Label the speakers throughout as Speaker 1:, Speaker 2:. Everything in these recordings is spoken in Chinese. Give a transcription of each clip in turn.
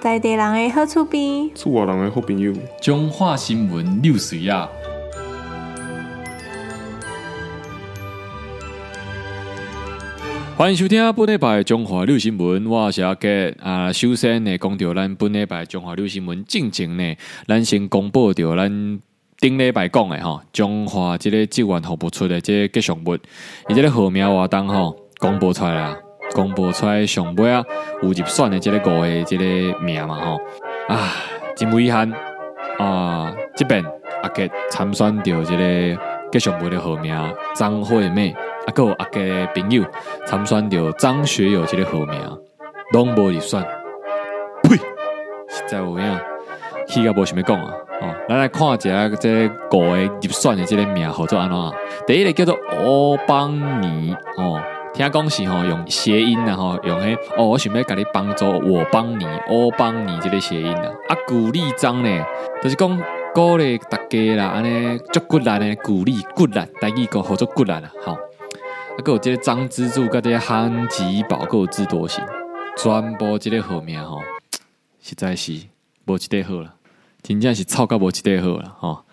Speaker 1: 在地人的好厝边，
Speaker 2: 厝外人的好朋友，
Speaker 3: 中华新闻六水啊，欢迎收听本礼拜的中华六新闻，我是阿杰啊。首先呢，讲到咱本礼拜的中华六新闻进前呢，咱先公布到咱。顶礼拜讲的吼，中华即个志愿服务出的即个吉祥物，伊即个号名活动吼，公布出来啊，公布出来上尾啊，有入选的即个五个即个名嘛吼，啊，真遗憾啊，即边阿杰参选到即个吉祥物的号名张惠妹，啊，还有阿杰的朋友参选到张学友即个号名，拢无入选，呸，实在有影。气甲无想要讲啊。哦，咱来看一下这五个入选的这个名号做安怎啊？第一个叫做欧邦尼哦，听讲是吼、用谐音啊吼，用迄、哦，我想要甲你帮助，我帮你，欧邦尼这个谐音啊。啊，鼓励章呢，就是讲鼓励大家啦，安尼足骨力呢，鼓励骨力，大家个合作骨力啦，吼。啊，还有这个张之助，甲这个憨吉宝，还有智多星，全部这个好名吼、实在是无一块好啦，真正是臭到无一块好啦吼。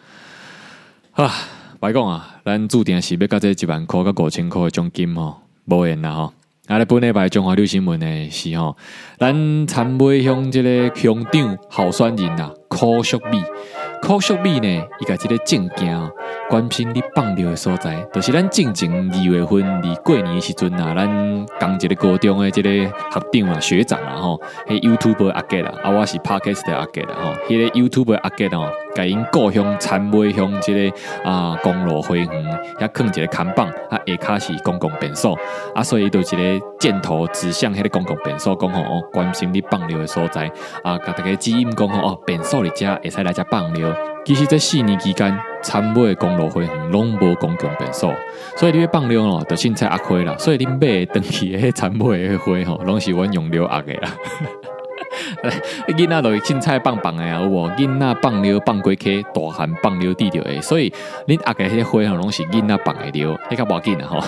Speaker 3: 啊，白讲啊，咱注定是要到这一万箍到五千箍的奖金吼，无缘啦吼。啊，咧本礼拜中华六新闻呢是吼，咱参买乡即个乡长候选人啊，柯淑美，柯淑美呢，伊甲即个证件哦，关心你放尿的所在，就是咱进前二月份二过年的时阵啊，咱同一个高中的即个学长啊、学长啊吼，迄 YouTube 阿杰啦，啊我是 Podcast 的阿杰啦吼，迄、个 YouTube 阿杰吼，甲因故乡参尾乡即、个啊公路花园遐囥一个看板，啊下骹是公共便所，啊所以伊就一个箭头指向迄个公共便所，讲吼哦关心你放尿的所在，啊甲大家指引讲吼哦便所里遮会使来遮放尿。其实，这四年期间，参尾的公路花园拢无公共便所，所以你要放尿哦，就凊彩压开啦。所以你买的回去的迄参尾的花吼，拢是阮用尿压的啦。呃囡仔就是凊彩放放的啊，有无？囡仔放尿放过去，大汉放尿滴着的，所以恁压的迄个花吼，拢是囡仔放的尿，迄较无要紧啊吼。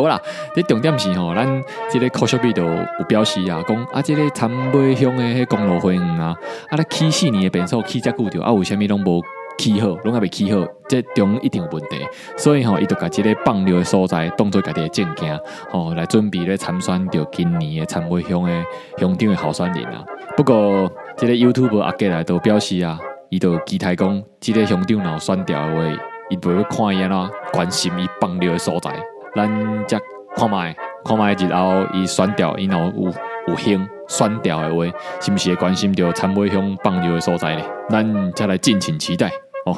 Speaker 3: 无啦，这重点是吼，咱即个科学比都有表示啊，讲啊，即、个参尾乡的迄公路花园啊，啊，咱起四年的便所起遮久着，啊，为虾物拢无起好，拢也未起好，这中一定有问题。所以吼、伊就甲即个放尿的所在当做家己的证件，吼、来准备咧参选着今年的参尾乡的乡长的候选人啊。不过，即、个 YouTube 阿过来都表示啊，伊就期待讲，即、个乡长若有选掉的话，伊袂要看伊安怎关心伊放尿的所在，咱则看觅看觅日后伊选掉，伊若有有兴选掉的话，是毋是会关心着参尾乡放尿的所在呢？咱则来敬请期待哦。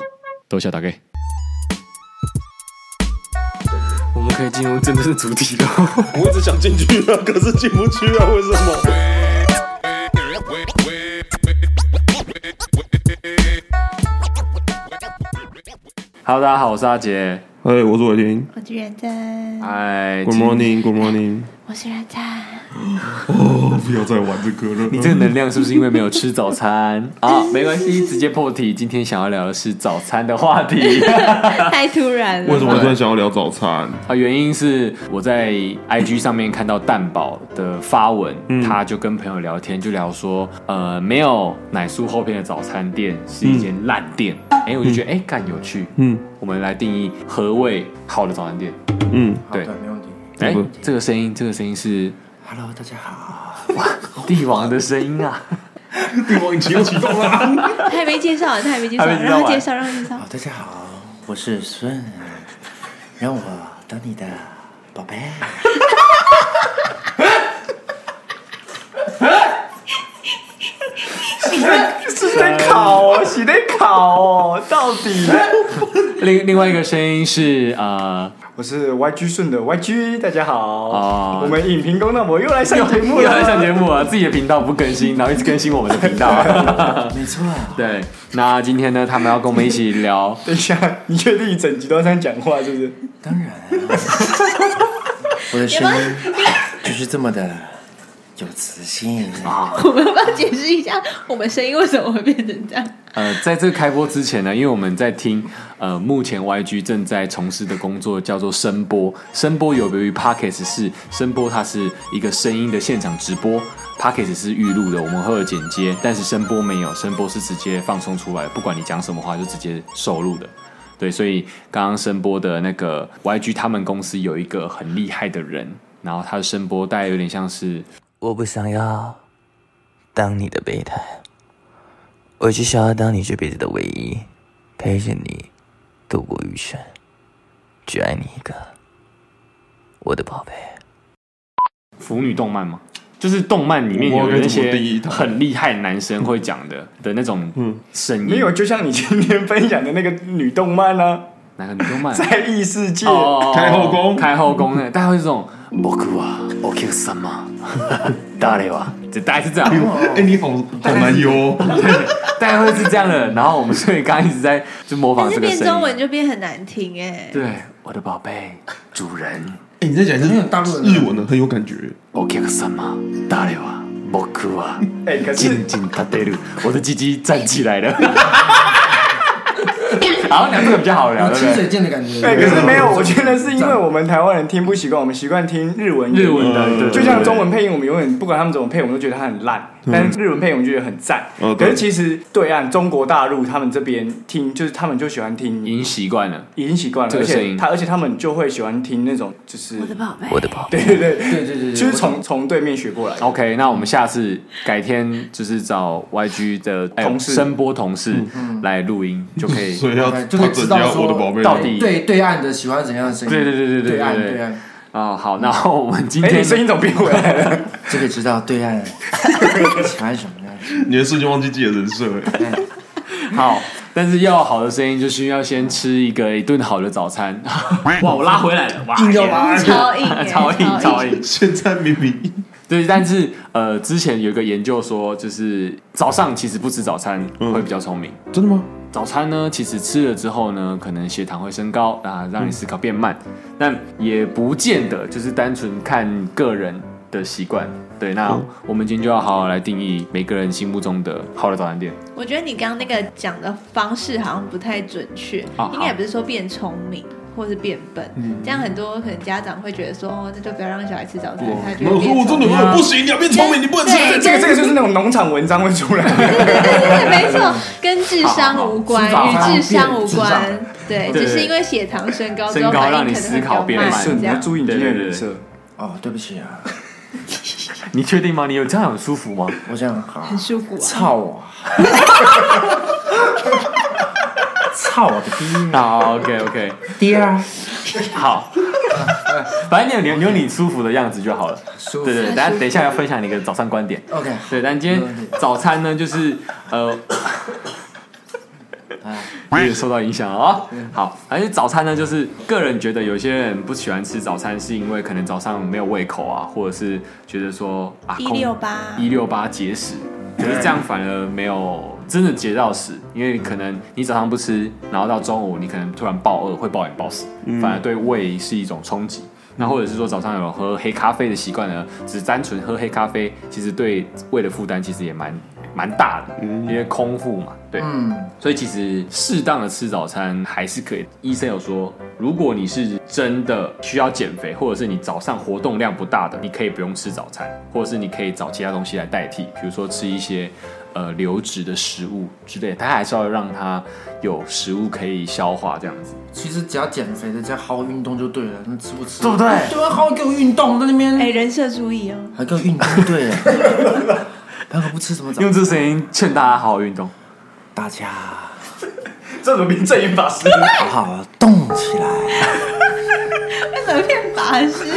Speaker 3: 多谢大家。
Speaker 4: 我们可以进入真正的主题了。
Speaker 2: 我一直想进去啊，可是进不去啊，为什么？
Speaker 3: Hello，大家好，我是阿杰。
Speaker 2: 哎、我是伟霆
Speaker 1: 我是元真，
Speaker 3: 哎
Speaker 2: ，Good morning，Good morning，
Speaker 1: 我是元真，
Speaker 2: 哦，不要再玩这个了，
Speaker 3: 你这个能量是不是因为没有吃早 餐啊？没关系，直接破题。今天想要聊的是早餐的话 题
Speaker 1: 太突然了。
Speaker 2: 为什么突然想要聊早餐？
Speaker 3: 啊，原因是我在 IG 上面看到蛋宝的发文，
Speaker 2: 嗯
Speaker 3: 他就跟朋友聊天，就聊说，呃，没有奶酥后片的早餐店是一间烂店。哎、我就觉得哎，干、有趣。
Speaker 2: 嗯
Speaker 3: 我们来定义何谓好的早餐店。
Speaker 2: 嗯，
Speaker 3: 对
Speaker 4: 好的，没问题。
Speaker 3: 哎、
Speaker 2: 不
Speaker 3: 这个声音，这个声音是
Speaker 4: Hello，大家好。
Speaker 3: 帝王的声音啊！
Speaker 2: 帝王启动启动啦！
Speaker 1: 他还没介绍完，他还没介绍完，
Speaker 3: 还没介绍
Speaker 1: 让他
Speaker 3: 完
Speaker 1: 介绍，让他介绍
Speaker 4: 好，。大家好，我是孙，让我当你的宝 贝。
Speaker 3: 是在考哦，是在考哦，到底？另另外一个声音是呃，
Speaker 5: 我是 YG 顺的 YG，大家好。
Speaker 3: 哦
Speaker 5: 我们影评公道我又来上节目
Speaker 3: 又来
Speaker 5: 了。
Speaker 3: 上节目啊，自己的频道不更新，然后一直更新我们的频道、
Speaker 4: 没错啊，
Speaker 3: 对，那今天呢，他们要跟我们一起聊，
Speaker 5: 等一下，你确定你整集都在讲话是不是？
Speaker 4: 当然啊， 我的声音就是这么的有磁性啊。
Speaker 1: 我们要不要解释一下，我们声音为什么会变成这样？
Speaker 3: 呃，在这个开播之前呢，因为我们在听，呃，目前 YG 正在从事的工作叫做声波，声波有别于 Pockets 是声波，它是一个声音的现场直播。 p o c k e t 是预录的，我们会有剪接，但是声波没有，声波是直接放送出来的，不管你讲什么话就直接收录的。对，所以刚刚声波的那个 YG 他们公司有一个很厉害的人，然后他的声波大概有点像是
Speaker 6: 我不想要当你的备胎，我只想要当你这辈子的唯一，陪着你度过余生，只爱你一个，我的宝贝。
Speaker 3: 腐女动漫吗？就是动漫里面
Speaker 2: 我
Speaker 3: 有
Speaker 2: 该
Speaker 3: 那
Speaker 2: 怎么定义
Speaker 3: 些
Speaker 2: 它
Speaker 3: 很厉害男生会讲的的那种
Speaker 2: 嗯
Speaker 3: 声音，
Speaker 5: 没有，就像你今天分享的那个女动漫啊，
Speaker 3: 哪个女动漫
Speaker 5: 在异世界，
Speaker 3: 哦
Speaker 2: 开后宫
Speaker 3: 开后宫呢，大家会这种僕はお客様 誰 は，这大概是这样，
Speaker 2: 哎，你好好难哟、哦，
Speaker 3: 大概会是这样的。然后我们所以刚刚一直在 就模仿
Speaker 1: 但是
Speaker 3: 这个
Speaker 1: 变
Speaker 3: 声音，
Speaker 1: 中文就变很难听哎、
Speaker 3: 对，我的宝贝，主人
Speaker 2: 哎，你在讲是大日文的，很有感觉。
Speaker 3: お客様誰は僕 は
Speaker 5: 哎，可是
Speaker 3: 静静立てる，我的鸡鸡站起 来了。好像聊这个比较好聊，对
Speaker 4: 清
Speaker 3: 不对？
Speaker 4: 水剑的感觉。
Speaker 5: 对，可是没有，我觉得是因为我们台湾人听不习惯，我们习惯听日文音
Speaker 3: 日文的，对对对
Speaker 5: 就像中文配音，我们永远不管他们怎么配，我们都觉得它很烂；但是日文配音，我们觉得很赞。
Speaker 2: 哦
Speaker 5: 可
Speaker 2: 对
Speaker 5: 是其实对岸中国大陆他们这边听，就是他们就喜欢听
Speaker 3: 已
Speaker 5: 已
Speaker 3: 经习惯了。
Speaker 5: 经习惯了，
Speaker 3: 嗯这
Speaker 5: 而
Speaker 3: 个声
Speaker 5: 且
Speaker 3: 音
Speaker 5: 他而且他们就会喜欢听那种就是
Speaker 1: 我的宝贝，
Speaker 6: 我的宝贝，
Speaker 5: 对对对，
Speaker 4: 对对对对，
Speaker 5: 就是从从对面学过来的。
Speaker 3: OK，那我们下次改天就是找 YG 的哎呦
Speaker 5: 同事
Speaker 3: 声波同事嗯来录音，就可以。
Speaker 2: 所以要
Speaker 4: 我哎就可以知
Speaker 2: 整
Speaker 4: 道
Speaker 2: 家
Speaker 4: 说
Speaker 2: 我的宝贝
Speaker 3: 到底
Speaker 4: 对对岸的喜欢怎样的声音？
Speaker 3: 对对对对对
Speaker 4: 对岸
Speaker 3: 对
Speaker 4: 对岸，
Speaker 3: 啊，好，那我们今
Speaker 5: 哎，
Speaker 3: 天
Speaker 5: 你声音怎么变回来了？
Speaker 4: 就可以知道对 岸喜欢什么样的声音。
Speaker 2: 你的瞬间忘记自己的人设、哎
Speaker 3: 好，但是要好的声音，就需要先吃一个一顿好的早餐。 哇，我拉回来了，哇，
Speaker 1: 超硬、欸，
Speaker 3: 超硬超硬。
Speaker 2: 现在明明
Speaker 3: 对，但是呃，之前有一个研究说，就是早上其实不吃早餐会比较聪明。
Speaker 2: 真的吗？
Speaker 3: 早餐呢，其实吃了之后呢，可能血糖会升高啊，让你思考变慢，但也不见得就是单纯看个人的习惯。对，那
Speaker 4: 嗯
Speaker 3: 我们今天就要好好来定义每个人心目中的好的早餐店。
Speaker 1: 我觉得你刚刚那个讲的方式好像不太准确，
Speaker 3: 哦
Speaker 1: 应该也不是说变聪明。或是变笨，这样很多可能家长会觉得说，哦，那就不要让小孩吃早餐，哎他就
Speaker 2: 我
Speaker 1: 会
Speaker 2: 说
Speaker 1: 变
Speaker 2: 我真
Speaker 1: 聪
Speaker 2: 的
Speaker 1: 明。
Speaker 2: 我不行，你要变聪明，你不能吃。
Speaker 1: 对
Speaker 5: 这个这个就是那种农场文章会出来的。
Speaker 1: 对，没错，跟智商无关，
Speaker 3: 好好好
Speaker 1: 与智商无
Speaker 4: 智商
Speaker 1: 关，对，
Speaker 3: 对
Speaker 1: 只是因为血糖升高之
Speaker 3: 升
Speaker 1: 后
Speaker 3: 高
Speaker 1: 反
Speaker 3: 让
Speaker 1: 应
Speaker 3: 你
Speaker 1: 可能会
Speaker 3: 思
Speaker 1: 比
Speaker 3: 考
Speaker 1: 较
Speaker 3: 变慢
Speaker 1: 慢，
Speaker 5: 是，你
Speaker 1: 这
Speaker 5: 要
Speaker 1: 样。
Speaker 5: 注意你今天的
Speaker 3: 对对对
Speaker 5: 人设。
Speaker 4: 哦，对不起啊，
Speaker 3: 你确定吗？你有这样很舒服吗？
Speaker 4: 我这样好，
Speaker 1: 很舒服啊！
Speaker 4: 操我，操我的逼
Speaker 3: 好，OK OK，
Speaker 4: 爹啊！
Speaker 3: 好， 反正你有你有你舒服的样子就好了。
Speaker 4: 舒服
Speaker 3: 对对，对等下等一下要分享你的早餐观点。
Speaker 4: OK，
Speaker 3: 对，但今天早餐呢，就是呃，有点受到影响啊、好，而且早餐呢，就是个人觉得有些人不喜欢吃早餐，是因为可能早上没有胃口啊，或者是觉得说啊，
Speaker 1: 168
Speaker 3: 一六八节食，可是这样反而没有真的节到食，因为可能你早上不吃，然后到中午你可能突然暴饿，会暴饮暴食，反而对胃是一种冲击。那或者是说早上有喝黑咖啡的习惯呢，只单纯喝黑咖啡，其实对胃的负担其实也蛮蛮大的，因为空腹嘛，对，
Speaker 4: 嗯，
Speaker 3: 所以其实适当的吃早餐还是可以。医生有说，如果你是真的需要减肥，或者是你早上活动量不大的，你可以不用吃早餐，或者是你可以找其他东西来代替，比如说吃一些呃流质的食物之类的，它还是要让它有食物可以消化这样子。
Speaker 4: 其实只要减肥的，只要好好运动就对了，那吃不吃？对不对？对啊，好好给我运动，在那边
Speaker 1: 哎，人设注意哦，
Speaker 4: 还给我运动就 对了。那个不吃什么早
Speaker 3: 用这声音劝大家好好运动。
Speaker 4: 大家好
Speaker 5: 这怎么变正音法师？
Speaker 4: 好动起来。
Speaker 1: 为什么变法师？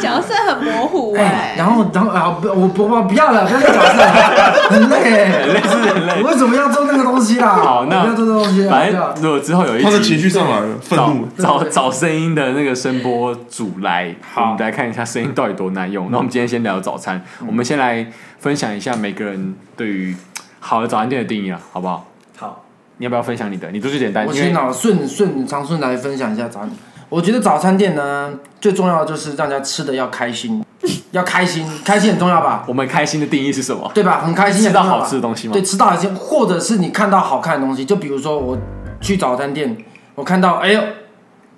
Speaker 1: 角色很模糊哎
Speaker 4: 哎，，然后，然后啊，不，我不，我不要了，不要再讲 了，很累，很累是很累。我为什么要做那个东西啦？
Speaker 3: 好，那
Speaker 4: 我不要做那个东西啦。
Speaker 3: 反
Speaker 4: 对
Speaker 3: 正
Speaker 4: 啊
Speaker 3: 如果之后有一集
Speaker 2: 他的情绪上来了，愤
Speaker 3: 找
Speaker 2: 怒。
Speaker 3: 找找声音的那个声波组来，我
Speaker 5: 好
Speaker 3: 们来看一下声音到底多难用。那我们今天先聊早餐，我们先来分享一下每个人对于好的早餐店的定义啊，好不好？
Speaker 5: 好，
Speaker 3: 你要不要分享你的？你都是简单，
Speaker 4: 我
Speaker 3: 因
Speaker 4: 先
Speaker 3: 为
Speaker 4: 脑顺顺长顺来分享一下早餐。我觉得早餐店呢，最重要的就是让人家吃的要开心，要开心，开心很重要吧？
Speaker 3: 我们开心的定义是什么？
Speaker 4: 对吧？很开心，
Speaker 3: 吃到
Speaker 4: 很重要吧
Speaker 3: 好吃的东西吗
Speaker 4: 对，吃到好吃，或者是你看到好看的东西，就比如说我去早餐店，我 看到，哎呦，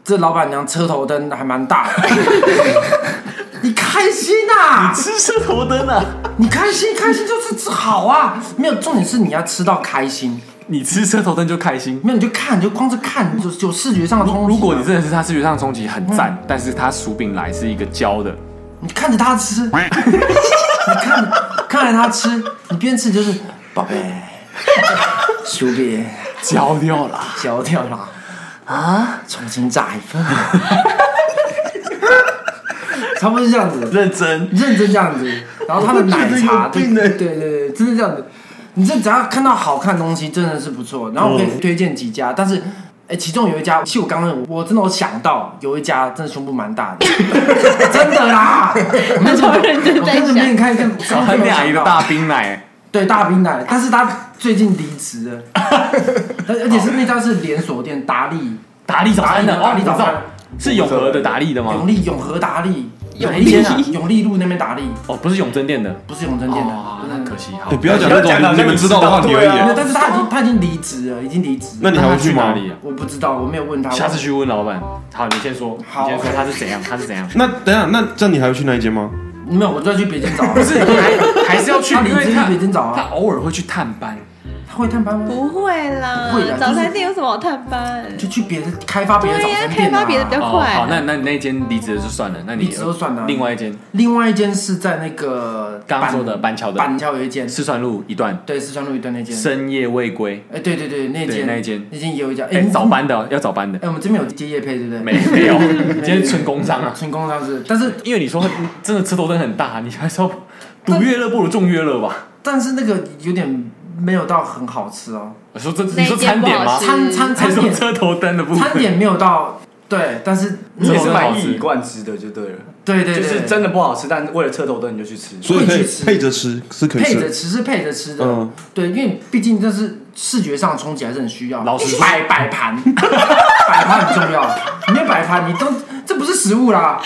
Speaker 4: 这老板娘车头灯还蛮大的，你开心呐、
Speaker 3: 吃什么灯啊？
Speaker 4: 你开心，开心就是吃好啊。没有，重点是你要吃到开心。
Speaker 3: 你吃车头灯就开心。
Speaker 4: 没有，你就看，你就光是看，就就视觉上的冲击啊嘛。
Speaker 3: 如果你真的是它视觉上的冲击很赞，但是它薯饼来是一个焦的，
Speaker 4: 你看着 他吃，你看看着他吃，你边吃就是宝贝， 薯饼
Speaker 3: 焦掉了。
Speaker 4: 嚼掉了啊，重新炸一份， 差不多是这样子，
Speaker 3: 认真，
Speaker 4: 认真这样子。然后他的奶茶，
Speaker 2: 我
Speaker 4: 对
Speaker 2: 觉得有病
Speaker 4: 对
Speaker 2: 欸
Speaker 4: 对对，真的这样子。你这只要看到好看的东西，真的是不错。然后我可
Speaker 2: 嗯
Speaker 4: 以推荐几家，但是。哎，其中有一家，其实我刚刚我真的有想到有一家真的胸部蛮 大的，真的啦，
Speaker 1: 他超认真
Speaker 4: 我
Speaker 1: 在
Speaker 4: 真的没
Speaker 1: 想
Speaker 4: 你，看一看，
Speaker 3: 很 俩一个大冰奶，
Speaker 4: 对大冰奶，但是他最近离 职了，而而且是那家是连锁店达利，
Speaker 3: 达利早餐的，
Speaker 4: 达利
Speaker 3: 哦
Speaker 4: 达利早餐
Speaker 3: 你知道是永和的达利的
Speaker 4: 永
Speaker 3: 吗？
Speaker 4: 利永和达利，
Speaker 1: 永
Speaker 4: 哪一间啊
Speaker 1: 利
Speaker 4: 永利路那边达利，
Speaker 3: 哦，不是永贞店的，
Speaker 4: 不是永贞店的，
Speaker 3: 哦，
Speaker 4: 对
Speaker 3: 那可惜。好
Speaker 2: 你，不要讲那
Speaker 5: 不要讲
Speaker 2: 种
Speaker 5: 到
Speaker 2: 你们知道的话，你会
Speaker 5: 对啊
Speaker 4: 没有
Speaker 2: 演。
Speaker 4: 但是他已经他已经离职了，已经离职了。
Speaker 2: 那你还
Speaker 3: 他
Speaker 2: 会去
Speaker 3: 去哪
Speaker 2: 吗？？
Speaker 3: 里啊？
Speaker 4: 我不知道，我没有问他。
Speaker 3: 下次去问老板。好，你先说，
Speaker 4: 好
Speaker 3: 你先说他是怎样，他是怎样
Speaker 2: 那等一下，那这样你还会去那一间吗？
Speaker 4: 没有，我就要去北京找。啊
Speaker 3: 不是，还还是要去，
Speaker 4: 他
Speaker 3: 因
Speaker 4: 离
Speaker 3: 为
Speaker 4: 职
Speaker 3: 他
Speaker 4: 去北京找
Speaker 3: 他
Speaker 4: 啊，
Speaker 3: 偶尔会去探班，
Speaker 4: 他会探班吗？
Speaker 1: 不会啦
Speaker 4: 不会啦，
Speaker 1: 早餐店有什么好探班？
Speaker 4: 就去别的开发别的早
Speaker 1: 对呀
Speaker 4: 餐，
Speaker 1: 开
Speaker 4: 店
Speaker 1: 发别的比较
Speaker 4: 啊。
Speaker 1: 快。
Speaker 3: 哦好，那那你那间离职的就算了，那你
Speaker 4: 离职就算了啊
Speaker 3: 另外一间
Speaker 4: 另外一间是在那个
Speaker 3: 刚刚
Speaker 4: 板
Speaker 3: 说的板桥的
Speaker 4: 板桥有一间，
Speaker 3: 四川路一段，
Speaker 4: 对四川路一段那间。
Speaker 3: 深夜未归，
Speaker 4: 哎，对对对，那
Speaker 3: 对
Speaker 4: 间
Speaker 3: 那一间
Speaker 4: 那间也有一家，
Speaker 3: 哎，
Speaker 4: 你
Speaker 3: 早班的要早班的
Speaker 4: 哎、，我们这边有接夜配，对不对？
Speaker 3: 没 没有，今天是纯工商啊。
Speaker 4: 成功上市，但是
Speaker 3: 因为你说真的车头灯很大，你还说赌约乐不如中约乐吧？
Speaker 4: 但是那个有点没有到很好吃哦，
Speaker 3: 我说这
Speaker 1: 那
Speaker 3: 你
Speaker 1: 一
Speaker 3: 说
Speaker 1: 间
Speaker 3: 餐
Speaker 1: 不
Speaker 3: 点
Speaker 1: 好
Speaker 3: 吗？
Speaker 1: 吃，
Speaker 4: 餐餐
Speaker 3: 还
Speaker 4: 餐
Speaker 3: 说
Speaker 4: 点
Speaker 3: 车头灯的部
Speaker 4: 餐
Speaker 3: 分，
Speaker 4: 点没有到，对，但是
Speaker 5: 你也是
Speaker 3: 好
Speaker 5: 买
Speaker 3: 吃
Speaker 5: 一以贯之的就对了，
Speaker 4: 对对
Speaker 5: 就
Speaker 4: 对，
Speaker 5: 是真的不好吃，但是为了车头灯你就去吃。
Speaker 2: 所以可
Speaker 4: 会
Speaker 2: 以
Speaker 4: 去吃
Speaker 2: 配着吃是可以
Speaker 4: 配
Speaker 2: 吃
Speaker 4: 着
Speaker 2: 的。
Speaker 4: 吃是配着吃的，
Speaker 2: 嗯
Speaker 4: 对，因为毕竟这是视觉上冲击还是很需要，
Speaker 3: 老实说
Speaker 4: 摆摆盘， 摆盘很重要，你没有摆盘你都这不是食物啦，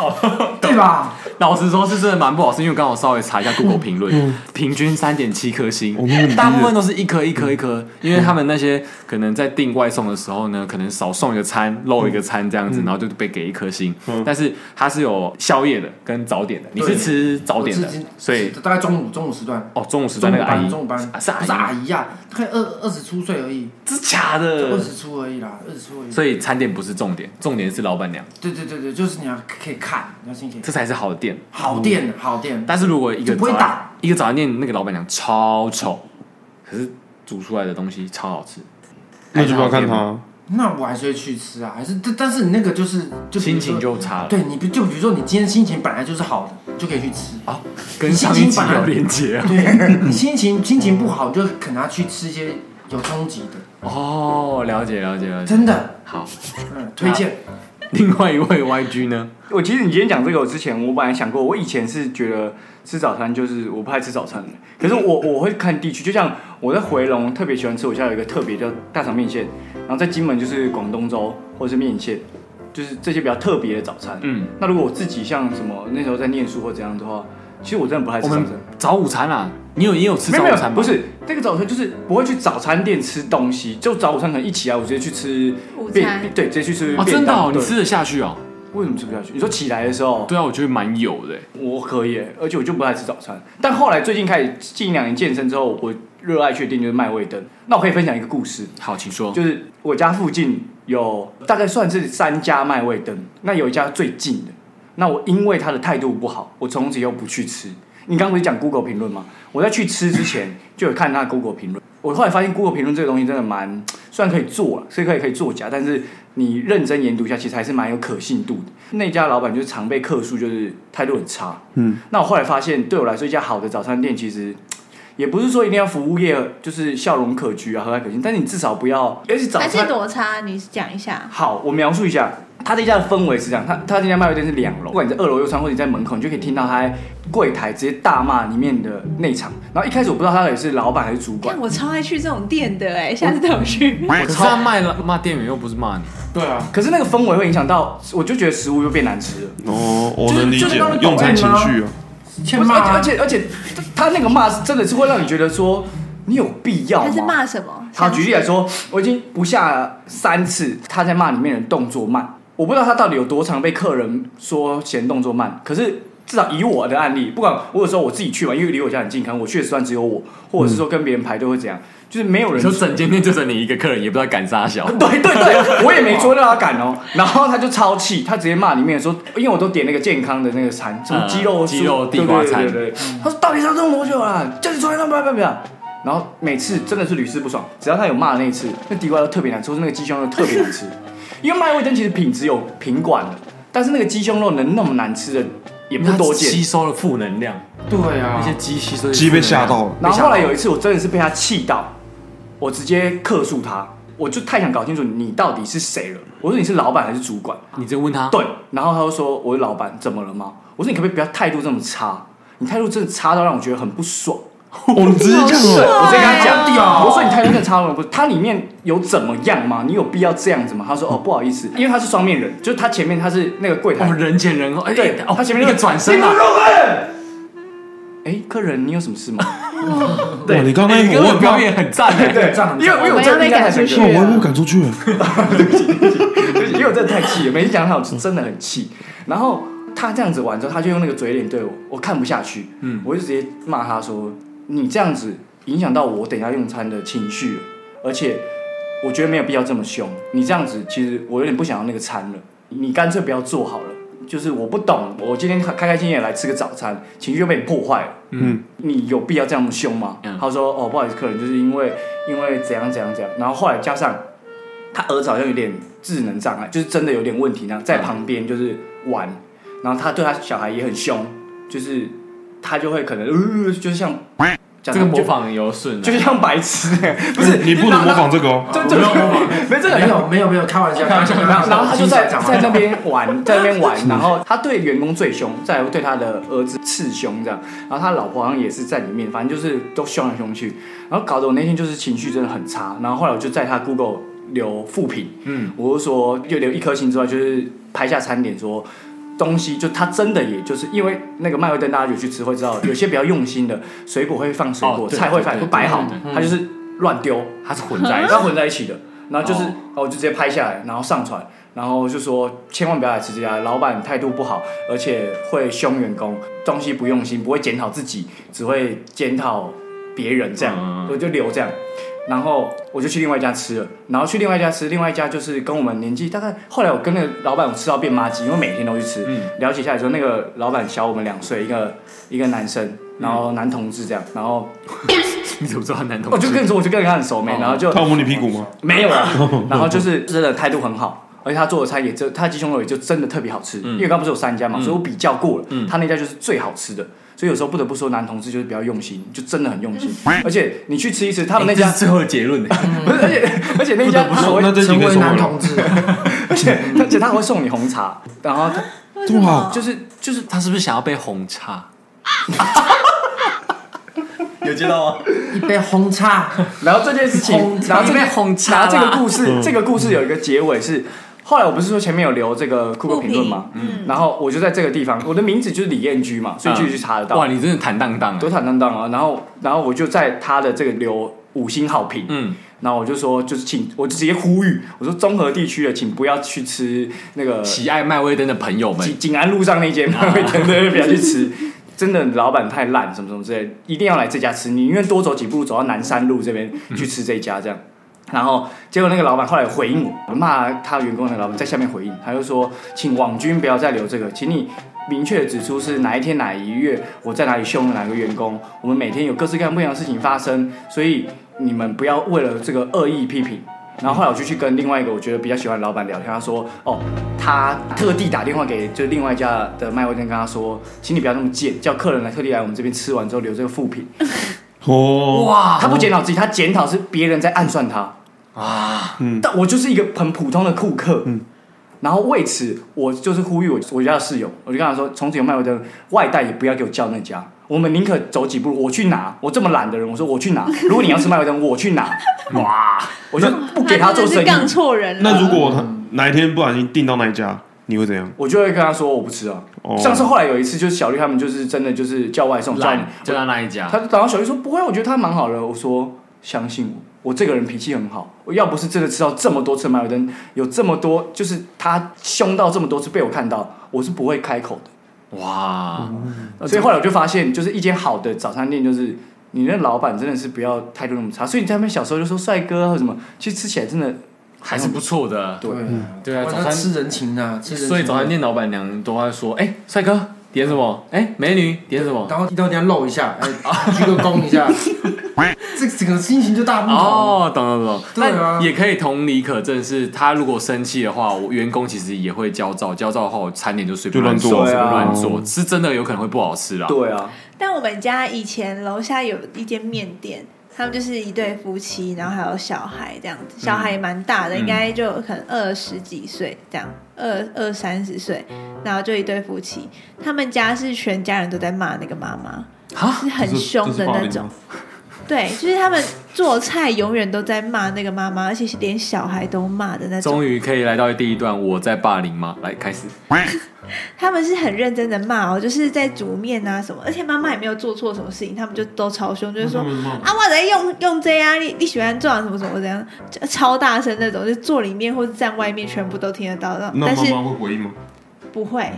Speaker 3: 哦
Speaker 4: 对吧？
Speaker 3: 老实说是真的蛮不好吃，因为我刚好稍微查一下 Google 评
Speaker 4: 嗯
Speaker 3: 论，平均三点七颗星
Speaker 2: 哦那很低耶，
Speaker 3: 大部分都是一颗一
Speaker 4: 嗯
Speaker 3: 颗一颗，因为他们那些可能在订外送的时候呢，可能少送一个餐，漏
Speaker 4: 嗯
Speaker 3: 一个餐这样子，然后就被给一颗星。但是它是有宵夜的跟早点的，你是
Speaker 4: 对
Speaker 3: 吃早点的
Speaker 4: 我自己，
Speaker 3: 所以
Speaker 4: 大概中午中午时段。
Speaker 3: 哦，中午时
Speaker 4: 中
Speaker 3: 段
Speaker 4: 午
Speaker 3: 那个阿姨
Speaker 4: 班，中午班
Speaker 3: 啊是阿
Speaker 4: 不
Speaker 3: 姨
Speaker 4: 是阿
Speaker 3: 吗，
Speaker 4: 姨呀、大概二二十出岁而已，
Speaker 3: 真假
Speaker 4: 二
Speaker 3: 的？
Speaker 4: 十出而已啦，二十出而已。
Speaker 3: 所以餐点不是重点，重点是老板娘，
Speaker 4: 对对对对，就是你要可以看，你要先可以看
Speaker 3: 这才是好的店。
Speaker 4: 好店好店，
Speaker 3: 但是如果一个
Speaker 4: 就不会
Speaker 3: 早
Speaker 4: 打
Speaker 3: 一个早餐店那个老板娘超丑，可是煮出来的东西超好吃，
Speaker 2: 那就不要看
Speaker 3: 还是好
Speaker 2: 他。
Speaker 4: 那我还是会去吃啊，还是但但是你那个就是
Speaker 3: 店，
Speaker 4: 就比如
Speaker 3: 心
Speaker 4: 说
Speaker 3: 情就差了。
Speaker 4: 对，你不就比如说你今天心情本来就是好的，你就可以去 吃。
Speaker 3: 啊，跟上一集有连接啊。
Speaker 4: 对，你心情心情不好，你就可能要去吃一些有冲击的，
Speaker 3: 哦，了解了解了解。
Speaker 4: 真的，
Speaker 3: 好，
Speaker 4: 嗯，推荐。
Speaker 3: 另外一位 YG 呢？
Speaker 5: 我其实你今天讲这个，我之前我本来想过，我以前是觉得吃早餐就是我不爱吃早餐的，可是我我会看地区，就像我在回龙特别喜欢吃，我家有一个特别叫大肠面线，然后在金门就是广东粥或者是面线，就是这些比较特别的早餐。
Speaker 3: 嗯，
Speaker 5: 那如果我自己像什么那时候在念书或怎样的话，其实我真的不爱吃
Speaker 3: 我
Speaker 5: 早
Speaker 3: 们
Speaker 5: 餐。
Speaker 3: 早午餐啦，你有也有吃
Speaker 5: 没
Speaker 3: 早
Speaker 5: 有
Speaker 3: 午
Speaker 5: 没
Speaker 3: 餐
Speaker 5: 有，
Speaker 3: 吗？
Speaker 5: 不是那个早餐，就是不会去早餐店吃东西，就早午餐可能一起来，我直接去吃
Speaker 1: 午餐
Speaker 5: 便，对，直接去吃
Speaker 3: 哦，
Speaker 5: 便
Speaker 3: 真的
Speaker 5: 当
Speaker 3: 哦，你
Speaker 5: 对
Speaker 3: 吃得下去哦？
Speaker 5: 为什么吃不下去？你说起来的时候，
Speaker 3: 对啊，我觉得蛮有的欸。
Speaker 5: 我可以欸，而且我就不爱吃早餐。但后来最近开始近两年健身之后，我热爱确定就是麦味登。那我可以分享一个故事，
Speaker 3: 好，请说。
Speaker 5: 就是我家附近有大概算是三家麦味登，那有一家最近的，那我因为他的态度不好，我从此以后不去吃。你刚刚不是讲 Google 评论吗？我在去吃之前就有看他的 Google 评论，我后来发现 Google 评论这个东西真的蛮，虽然可以做了，是可以可以作假，但是你认真研读一下，其实还是蛮有可信度的。那家老板就是常被客诉，就是态度很差。嗯，那我后来发现，对我来说，一家好的早餐店其实也不是说一定要服务业就是笑容可掬啊，和蔼可亲，但是你至少不要，而且早
Speaker 1: 还是
Speaker 5: 餐
Speaker 1: 多差，你讲一下。
Speaker 5: 好，我描述一下，他这家的氛围是这样，他他这家麦味店是两楼，不管你在二楼右窗或者你在门口，你就可以听到他在柜台直接大骂里面的内场。然后一开始我不知道他到底是老板还是主管
Speaker 1: 看，我超爱去这种店的哎、下次带我去。
Speaker 3: 我知道卖了骂店员又不是骂你，
Speaker 4: 对啊，
Speaker 5: 可是那个氛围会影响到，我就觉得食物又变难吃了。
Speaker 2: 哦，我能理
Speaker 4: 就是
Speaker 2: 解
Speaker 4: 那个
Speaker 2: 用餐情
Speaker 4: 狗蛋
Speaker 2: 绪啊。
Speaker 4: 欠
Speaker 5: 不是
Speaker 4: 骂啊
Speaker 5: 而且而且而且他那个骂是真的是会让你觉得说你有必要
Speaker 1: 他是
Speaker 5: 吗？
Speaker 1: 骂什么？
Speaker 5: 好，举例来说，我已经不下三次他在骂里面人动作慢，我不知道他到底有多常被客人说嫌动作慢，可是。至少以我的案例，不管我有时候我自己去嘛，因为离我家很近，可能我去的时段只有我，或者是说跟别人排队会怎样，就是没有
Speaker 3: 你
Speaker 5: 人
Speaker 3: 说整间店就剩你一个客人，也不知道赶啥小。
Speaker 5: 对对对，我也没捉到他赶哦，然后他就超气，他直接骂里面说，因为我都点那个健康的那个餐，什么鸡肉、
Speaker 3: 嗯鸡肉地瓜餐嗯
Speaker 5: 对对对对对他说到底要弄多久啊？叫你出来弄，不要不要不要。然后每次真的是屡试不爽，只要他有骂的那一次，那地瓜都特别难吃，或是那个鸡胸肉特别难吃，因为麦味登其实品质有品管的，但是那个鸡胸肉能那么难吃的也不多见，
Speaker 3: 吸收了负能量，
Speaker 4: 对啊
Speaker 3: 那，些鸡吸收，
Speaker 2: 鸡被吓到。了，
Speaker 5: 然后后来有一次，我真的是被他气到，我直接客诉他，我就太想搞清楚你到底是谁了。我说你是老板还是主管？
Speaker 3: 你直接问他，
Speaker 5: 对，然后他就说我是老板，怎么了吗？我说你可不可以不要态度这么差？你态度真的差到让我觉得很不爽。
Speaker 2: 哦，你直接这样哦，
Speaker 5: 对，
Speaker 3: 啊
Speaker 5: 我直接跟他讲，
Speaker 4: 哎呀
Speaker 5: 我说你态度真的差到让我不，他里面有怎么样吗？你有必要这样子吗？他说
Speaker 3: 嗯
Speaker 5: 哦不好意思，因为他是双面人，就是他前面他是那个柜台
Speaker 3: 哦，人前人后，哎，
Speaker 5: 对
Speaker 3: 哦
Speaker 5: 他前面
Speaker 3: 一
Speaker 5: 那
Speaker 3: 个
Speaker 5: 个
Speaker 3: 转身
Speaker 5: 你
Speaker 3: 啊
Speaker 5: 不，肉人。哎，客人，你有什么事吗？
Speaker 2: 哇你刚刚
Speaker 3: 哎
Speaker 2: 那个
Speaker 3: 你跟
Speaker 2: 我
Speaker 3: 我
Speaker 2: 问
Speaker 3: 表
Speaker 2: 他，
Speaker 3: 演很赞哎，
Speaker 4: 这样
Speaker 5: 因为因为我真的印象太深刻
Speaker 1: 我
Speaker 5: 了
Speaker 2: 哇，
Speaker 1: 们要被赶出去
Speaker 2: 我也不敢出去，
Speaker 5: 因为我真的太气了，每次讲他我真的很气。然后他这样子玩之后，他就用那个嘴脸对我，我看不下去，嗯，我就直接骂他说：“你这样子影响到我等一下用餐的情绪了，而且我觉得没有必要这么凶。你这样子，其实我有点不想要那个餐了，你干脆不要做好了。”就是我不懂，我今天开开心心也来吃个早餐，情绪就被你破坏了。
Speaker 2: 嗯，
Speaker 5: 你有必要这么凶吗？
Speaker 3: 嗯
Speaker 5: 他说：“哦，不好意思，客人，就是因为因为怎样怎样怎样。”然后后来加上他儿子好像有点智能障碍，就是真的有点问题那样，在旁边就是玩，然后他对他小孩也很凶，就是他就会可能呃，就是像这
Speaker 3: 这个模仿有顺啊，
Speaker 5: 就就像白痴、不是
Speaker 2: 你不能模，仿这个哦。
Speaker 5: 这这没有模仿，没这个
Speaker 4: 没有没有没有，开玩笑，开玩笑，
Speaker 5: 然后然后他就在
Speaker 4: 讲
Speaker 5: 在那边玩，在那边玩，然后他对员工最凶，再来对他的儿子次凶这样，然后他老婆好像也是在里面，反正就是都凶来凶去，然后搞得我那天就是情绪真的很差，然后后来我就在他 Google 留负评，嗯，我就说就留一颗星之外，就是拍下餐点说。东西就他真的也就是因为那个麦味登，大家有去吃会知道，有些比较用心的水果会放水
Speaker 3: 哦
Speaker 5: 果，
Speaker 3: 对
Speaker 5: 菜会放
Speaker 3: 对
Speaker 5: 会
Speaker 3: 对
Speaker 5: 摆好
Speaker 3: 对，
Speaker 5: 他就是乱丢，
Speaker 3: 它是混在一起
Speaker 5: 它混在一起的。然后就是，
Speaker 3: 哦
Speaker 5: 哦，我就直接拍下来，然后上传，然后就说千万不要来吃这家，老板态度不好，而且会凶员工，东西不用心，不会检讨自己，只会检讨别人这样，
Speaker 3: 嗯
Speaker 5: 我就留这样。然后我就去另外一家吃了，然后去另外一家吃，另外一家就是跟我们年纪大概，后来我跟那个老板我吃到变妈鸡，因为每天都去吃，
Speaker 3: 嗯
Speaker 5: 了解下来之后，那个老板小我们两岁，一个一个男生，
Speaker 3: 嗯
Speaker 5: 然后男同志这样，然后
Speaker 3: 你怎么知道他男同
Speaker 5: 我
Speaker 3: 志？
Speaker 5: 哦就跟你说，我就跟他很熟没，
Speaker 3: 哦
Speaker 5: 然后就
Speaker 2: 他有摸你屁股吗？
Speaker 5: 没有啦，然后就是真的态度很好，而且他做的菜也真，他的鸡胸肉也就真的特别好吃。因为刚刚不是有三家嘛，所以我比较过了，他那家就是最好吃的。所以有时候不得不说，男同志就是比较用心，就真的很用心。而且你去吃一吃他们那
Speaker 3: 哎这
Speaker 5: 家
Speaker 3: 是，最后的结论呢，
Speaker 5: 不是 而且而且那家所谓
Speaker 2: 那这集
Speaker 4: 成
Speaker 2: 可以
Speaker 4: 为
Speaker 2: 收尾
Speaker 4: 男
Speaker 2: 了
Speaker 4: 同。志，
Speaker 5: 而且而且他还会送你红茶，然后他
Speaker 1: 为
Speaker 2: 这
Speaker 1: 什
Speaker 2: 么
Speaker 1: 么
Speaker 2: 好
Speaker 5: 就是就是
Speaker 3: 他是不是想要被红叉？
Speaker 5: 有接到吗？
Speaker 4: 一 杯红茶，
Speaker 5: 然后这件事情
Speaker 4: 红，
Speaker 5: 然后这
Speaker 3: 被
Speaker 5: 边
Speaker 3: 红叉
Speaker 5: 然
Speaker 3: 啦
Speaker 5: 后这个故事，这个故事有一个结尾是，后来我不是说前面有留这个酷狗评论吗？嗯，然后我就在这个地方，我的名字就是李彦居嘛，所以就去查得到
Speaker 3: 哇，，你真的坦荡荡啊
Speaker 5: 多！坦荡荡啊。然后，然后我就在他的这个留五星好评，
Speaker 3: 嗯，
Speaker 5: 然后我就说，就是请，我就直接呼吁，我说综合地区的，请不要去吃那个
Speaker 3: 喜爱麦威登的朋友们
Speaker 5: 景，景安路上那
Speaker 3: 啊
Speaker 5: 间麦味登的，不要去吃。 真的，老板太烂，什么什么之类的，一定要来这家吃。你宁愿多走几步路，走到南山路这边
Speaker 3: 嗯
Speaker 5: 去吃这家，这样。然后结果那个老板后来回应我，骂他员工的老板在下面回应，他就说，请网军不要再留这个，请你明确指出是哪一天哪一月我在哪里凶了哪个员工，我们每天有各式各样不一样的事情发生，所以你们不要为了这个恶意批评。然后后来我就去跟另外一个我觉得比较喜欢的老板聊天，他说：“哦，他特地打电话给就另外一家的麦味店，跟他说，请你不要那么贱，叫客人来特地来我们这边吃完之后留这个副品。
Speaker 2: 哦，
Speaker 3: 哇，
Speaker 5: 他不检讨自己，他检讨是别人在暗算他啊。但我就是一个很普通的顾客，然后为此我就是呼吁我我家的室友，我就跟他说，从此有卖我的外带也不要给我叫那家，我们宁可走几步路，我去拿。我这么懒的人，我说我去拿。如果你要吃麦味登，我去拿。哇，我就不给他做
Speaker 1: 真的是
Speaker 5: 生意。
Speaker 1: 杠错人了。
Speaker 2: 那如果他哪一天不小心订到那一家，你会怎样？
Speaker 5: 我就会跟他说我不吃啊。
Speaker 2: 哦
Speaker 5: 上次后来有一次，就是小绿他们就是真的就是叫外送，叫你
Speaker 3: 懒，就在那一家
Speaker 5: 他，然后小绿说不会，啊我觉得他蛮好的。我说相信我，我这个人脾气很好，我要不是真的吃到这么多次麦尔登，有这么多就是他凶到这么多次被我看到，我是不会开口的。
Speaker 3: 哇，
Speaker 5: 所以后来我就发现，就是一间好的早餐店，就是你那老板真的是不要态度那么差。所以你在那边小时候就说帅哥啊或者什么，其实吃起来真的
Speaker 3: 还是不错的。
Speaker 5: 对。
Speaker 3: 对啊，
Speaker 4: 我
Speaker 3: 早
Speaker 4: 在
Speaker 3: 餐，
Speaker 4: 吃人情啊，吃人情。
Speaker 3: 所以早餐店老板娘都会说：“哎，帅哥点什么？哎，美女点什么
Speaker 4: 然后一刀底下露一下，哎，鞠个躬一下，这整个心情就大不？”同。
Speaker 3: 哦，懂懂懂。
Speaker 4: 对啊
Speaker 3: 但也可以同理可证是，他如果生气的话，我员工其实也会焦躁，焦躁的话，我餐点就随便
Speaker 2: 就乱做
Speaker 3: 随便
Speaker 5: 对啊
Speaker 3: 乱做，是真的有可能会不好吃啦。
Speaker 5: 对啊，
Speaker 1: 但我们家以前楼下有一间面店，他们就是一对夫妻，然后还有小孩这样子，
Speaker 3: 嗯
Speaker 1: 小孩也蛮大的，应该就可能二十几岁这样，二二三十岁，然后就一对夫妻，他们家是全家人都在骂那个妈妈，
Speaker 3: 啊
Speaker 1: 是很凶的那种。对，就是他们做菜永远都在骂那个妈妈，而且是连小孩都骂的那种。
Speaker 3: 终于可以来到第一段，我在霸凌吗？来开始。
Speaker 1: 他们是很认真的骂哦，就是在煮面啊什么，而且妈妈也没有做错什么事情，他们就都超凶，就是说啊，我在用用这啊，你你喜欢撞什么什么怎样，就超大声那种，就坐里面或者站外面全部都听得到，然后
Speaker 2: 那
Speaker 1: 啊但是
Speaker 2: 妈妈会回应吗？
Speaker 1: 不会。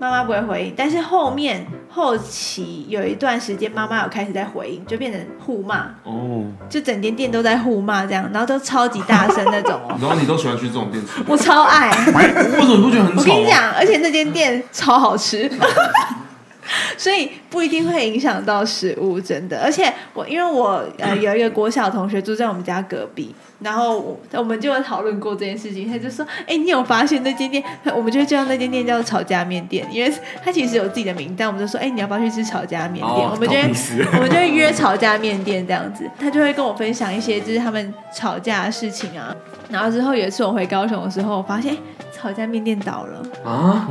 Speaker 1: 妈妈不会回应，但是后面后期有一段时间，妈妈有开始在回应，就变成互骂，
Speaker 2: 哦，
Speaker 1: 就整间店都在互骂这样，然后都超级大声那 种哦，
Speaker 2: 然后你都喜欢去这种店吃，
Speaker 1: 我超爱。
Speaker 2: 为什么你不觉得很
Speaker 1: 我
Speaker 2: 吵
Speaker 1: 跟你
Speaker 2: 啊？
Speaker 1: 讲，而且那间店超好吃，所以不一定会影响到食物，真的。而且我因为我呃有一个国小同学住在我们家隔壁，然后我我们就有讨论过这件事情，他就说：“哎、你有发现那间店？我们就叫那间店叫炒家面店，因为他其实有自己的名，但我们就说：哎、你要不要去吃炒家面店？
Speaker 3: 哦
Speaker 1: 我们就会
Speaker 3: 懂意思
Speaker 1: 我们就会约吵架面店这样子，他就会跟我分享一些就是他们吵架的事情啊。然后之后有一次我回高雄的时候，我发现哎吵架面店倒了。
Speaker 3: 啊，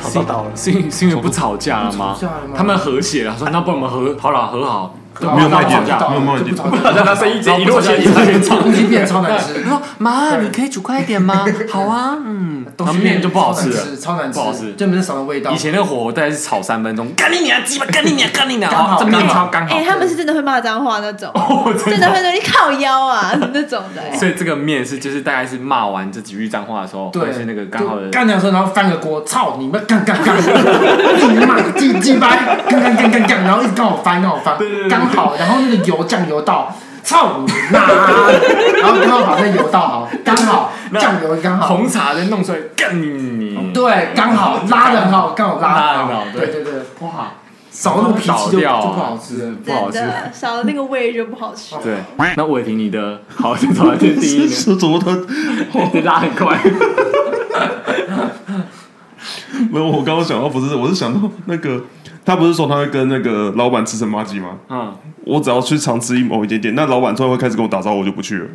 Speaker 5: 吵到倒了。
Speaker 3: 是因是因为不吵架了吗
Speaker 4: 吵架了吗？
Speaker 3: 他们和谐了，他说那不然我们和好了和好，
Speaker 4: 啊对啊
Speaker 2: 没有卖
Speaker 3: 点
Speaker 2: 点，没有卖点，
Speaker 3: 让他生意一落千丈。
Speaker 4: 东西变超难 吃
Speaker 3: 他，说妈，你可以煮快一点吗？ 好啊，嗯，然
Speaker 4: 东
Speaker 3: 后
Speaker 4: 西
Speaker 3: 面就不好吃了。
Speaker 4: 超难吃，
Speaker 3: 不好吃
Speaker 4: 就没有什么味道。
Speaker 3: 以前那个火大概是炒三分钟，干你娘鸡巴，干你娘，干你娘，
Speaker 4: 刚好
Speaker 3: 哦这么
Speaker 4: 刚
Speaker 3: 好
Speaker 4: 好
Speaker 3: 刚好
Speaker 1: 哎、。他们是真的会骂脏话那 种，真的会说你靠腰啊那种的、哎
Speaker 3: 所以这个面是就是大概是骂完这几句脏话的时候，
Speaker 4: 对
Speaker 3: 会是那个刚好的
Speaker 4: 就干两声，然后翻个锅，操你们干干干，你妈鸡鸡巴干干干干干，然后一直跟我翻跟我翻，刚好，然后那个油酱油到。操你妈！然后刚好把那油倒好，刚好酱油刚好，
Speaker 3: 红茶再弄出来，干你。
Speaker 4: 对，刚好拉的很好，刚好拉
Speaker 3: 拉
Speaker 4: 的
Speaker 3: 得很
Speaker 4: 好
Speaker 3: 好，
Speaker 4: 对
Speaker 3: 对
Speaker 4: 对对，
Speaker 3: 哇，
Speaker 4: 少哦那个脾气就就
Speaker 3: 倒掉啊
Speaker 4: 不好吃了。
Speaker 3: 不好吃
Speaker 1: 真。的少了那个味就不好吃。
Speaker 3: 对，那伟霆你的好的早餐店定义呢？
Speaker 2: 这怎么他？
Speaker 3: 你拉很快，
Speaker 2: 没有，我刚刚想到不是，我是想到那个，他不是说他会跟那个老板吃成麻吉吗？
Speaker 3: 嗯，
Speaker 2: 我只要去常吃某一间店，那老板突然会开始跟我打招呼，我就不去了。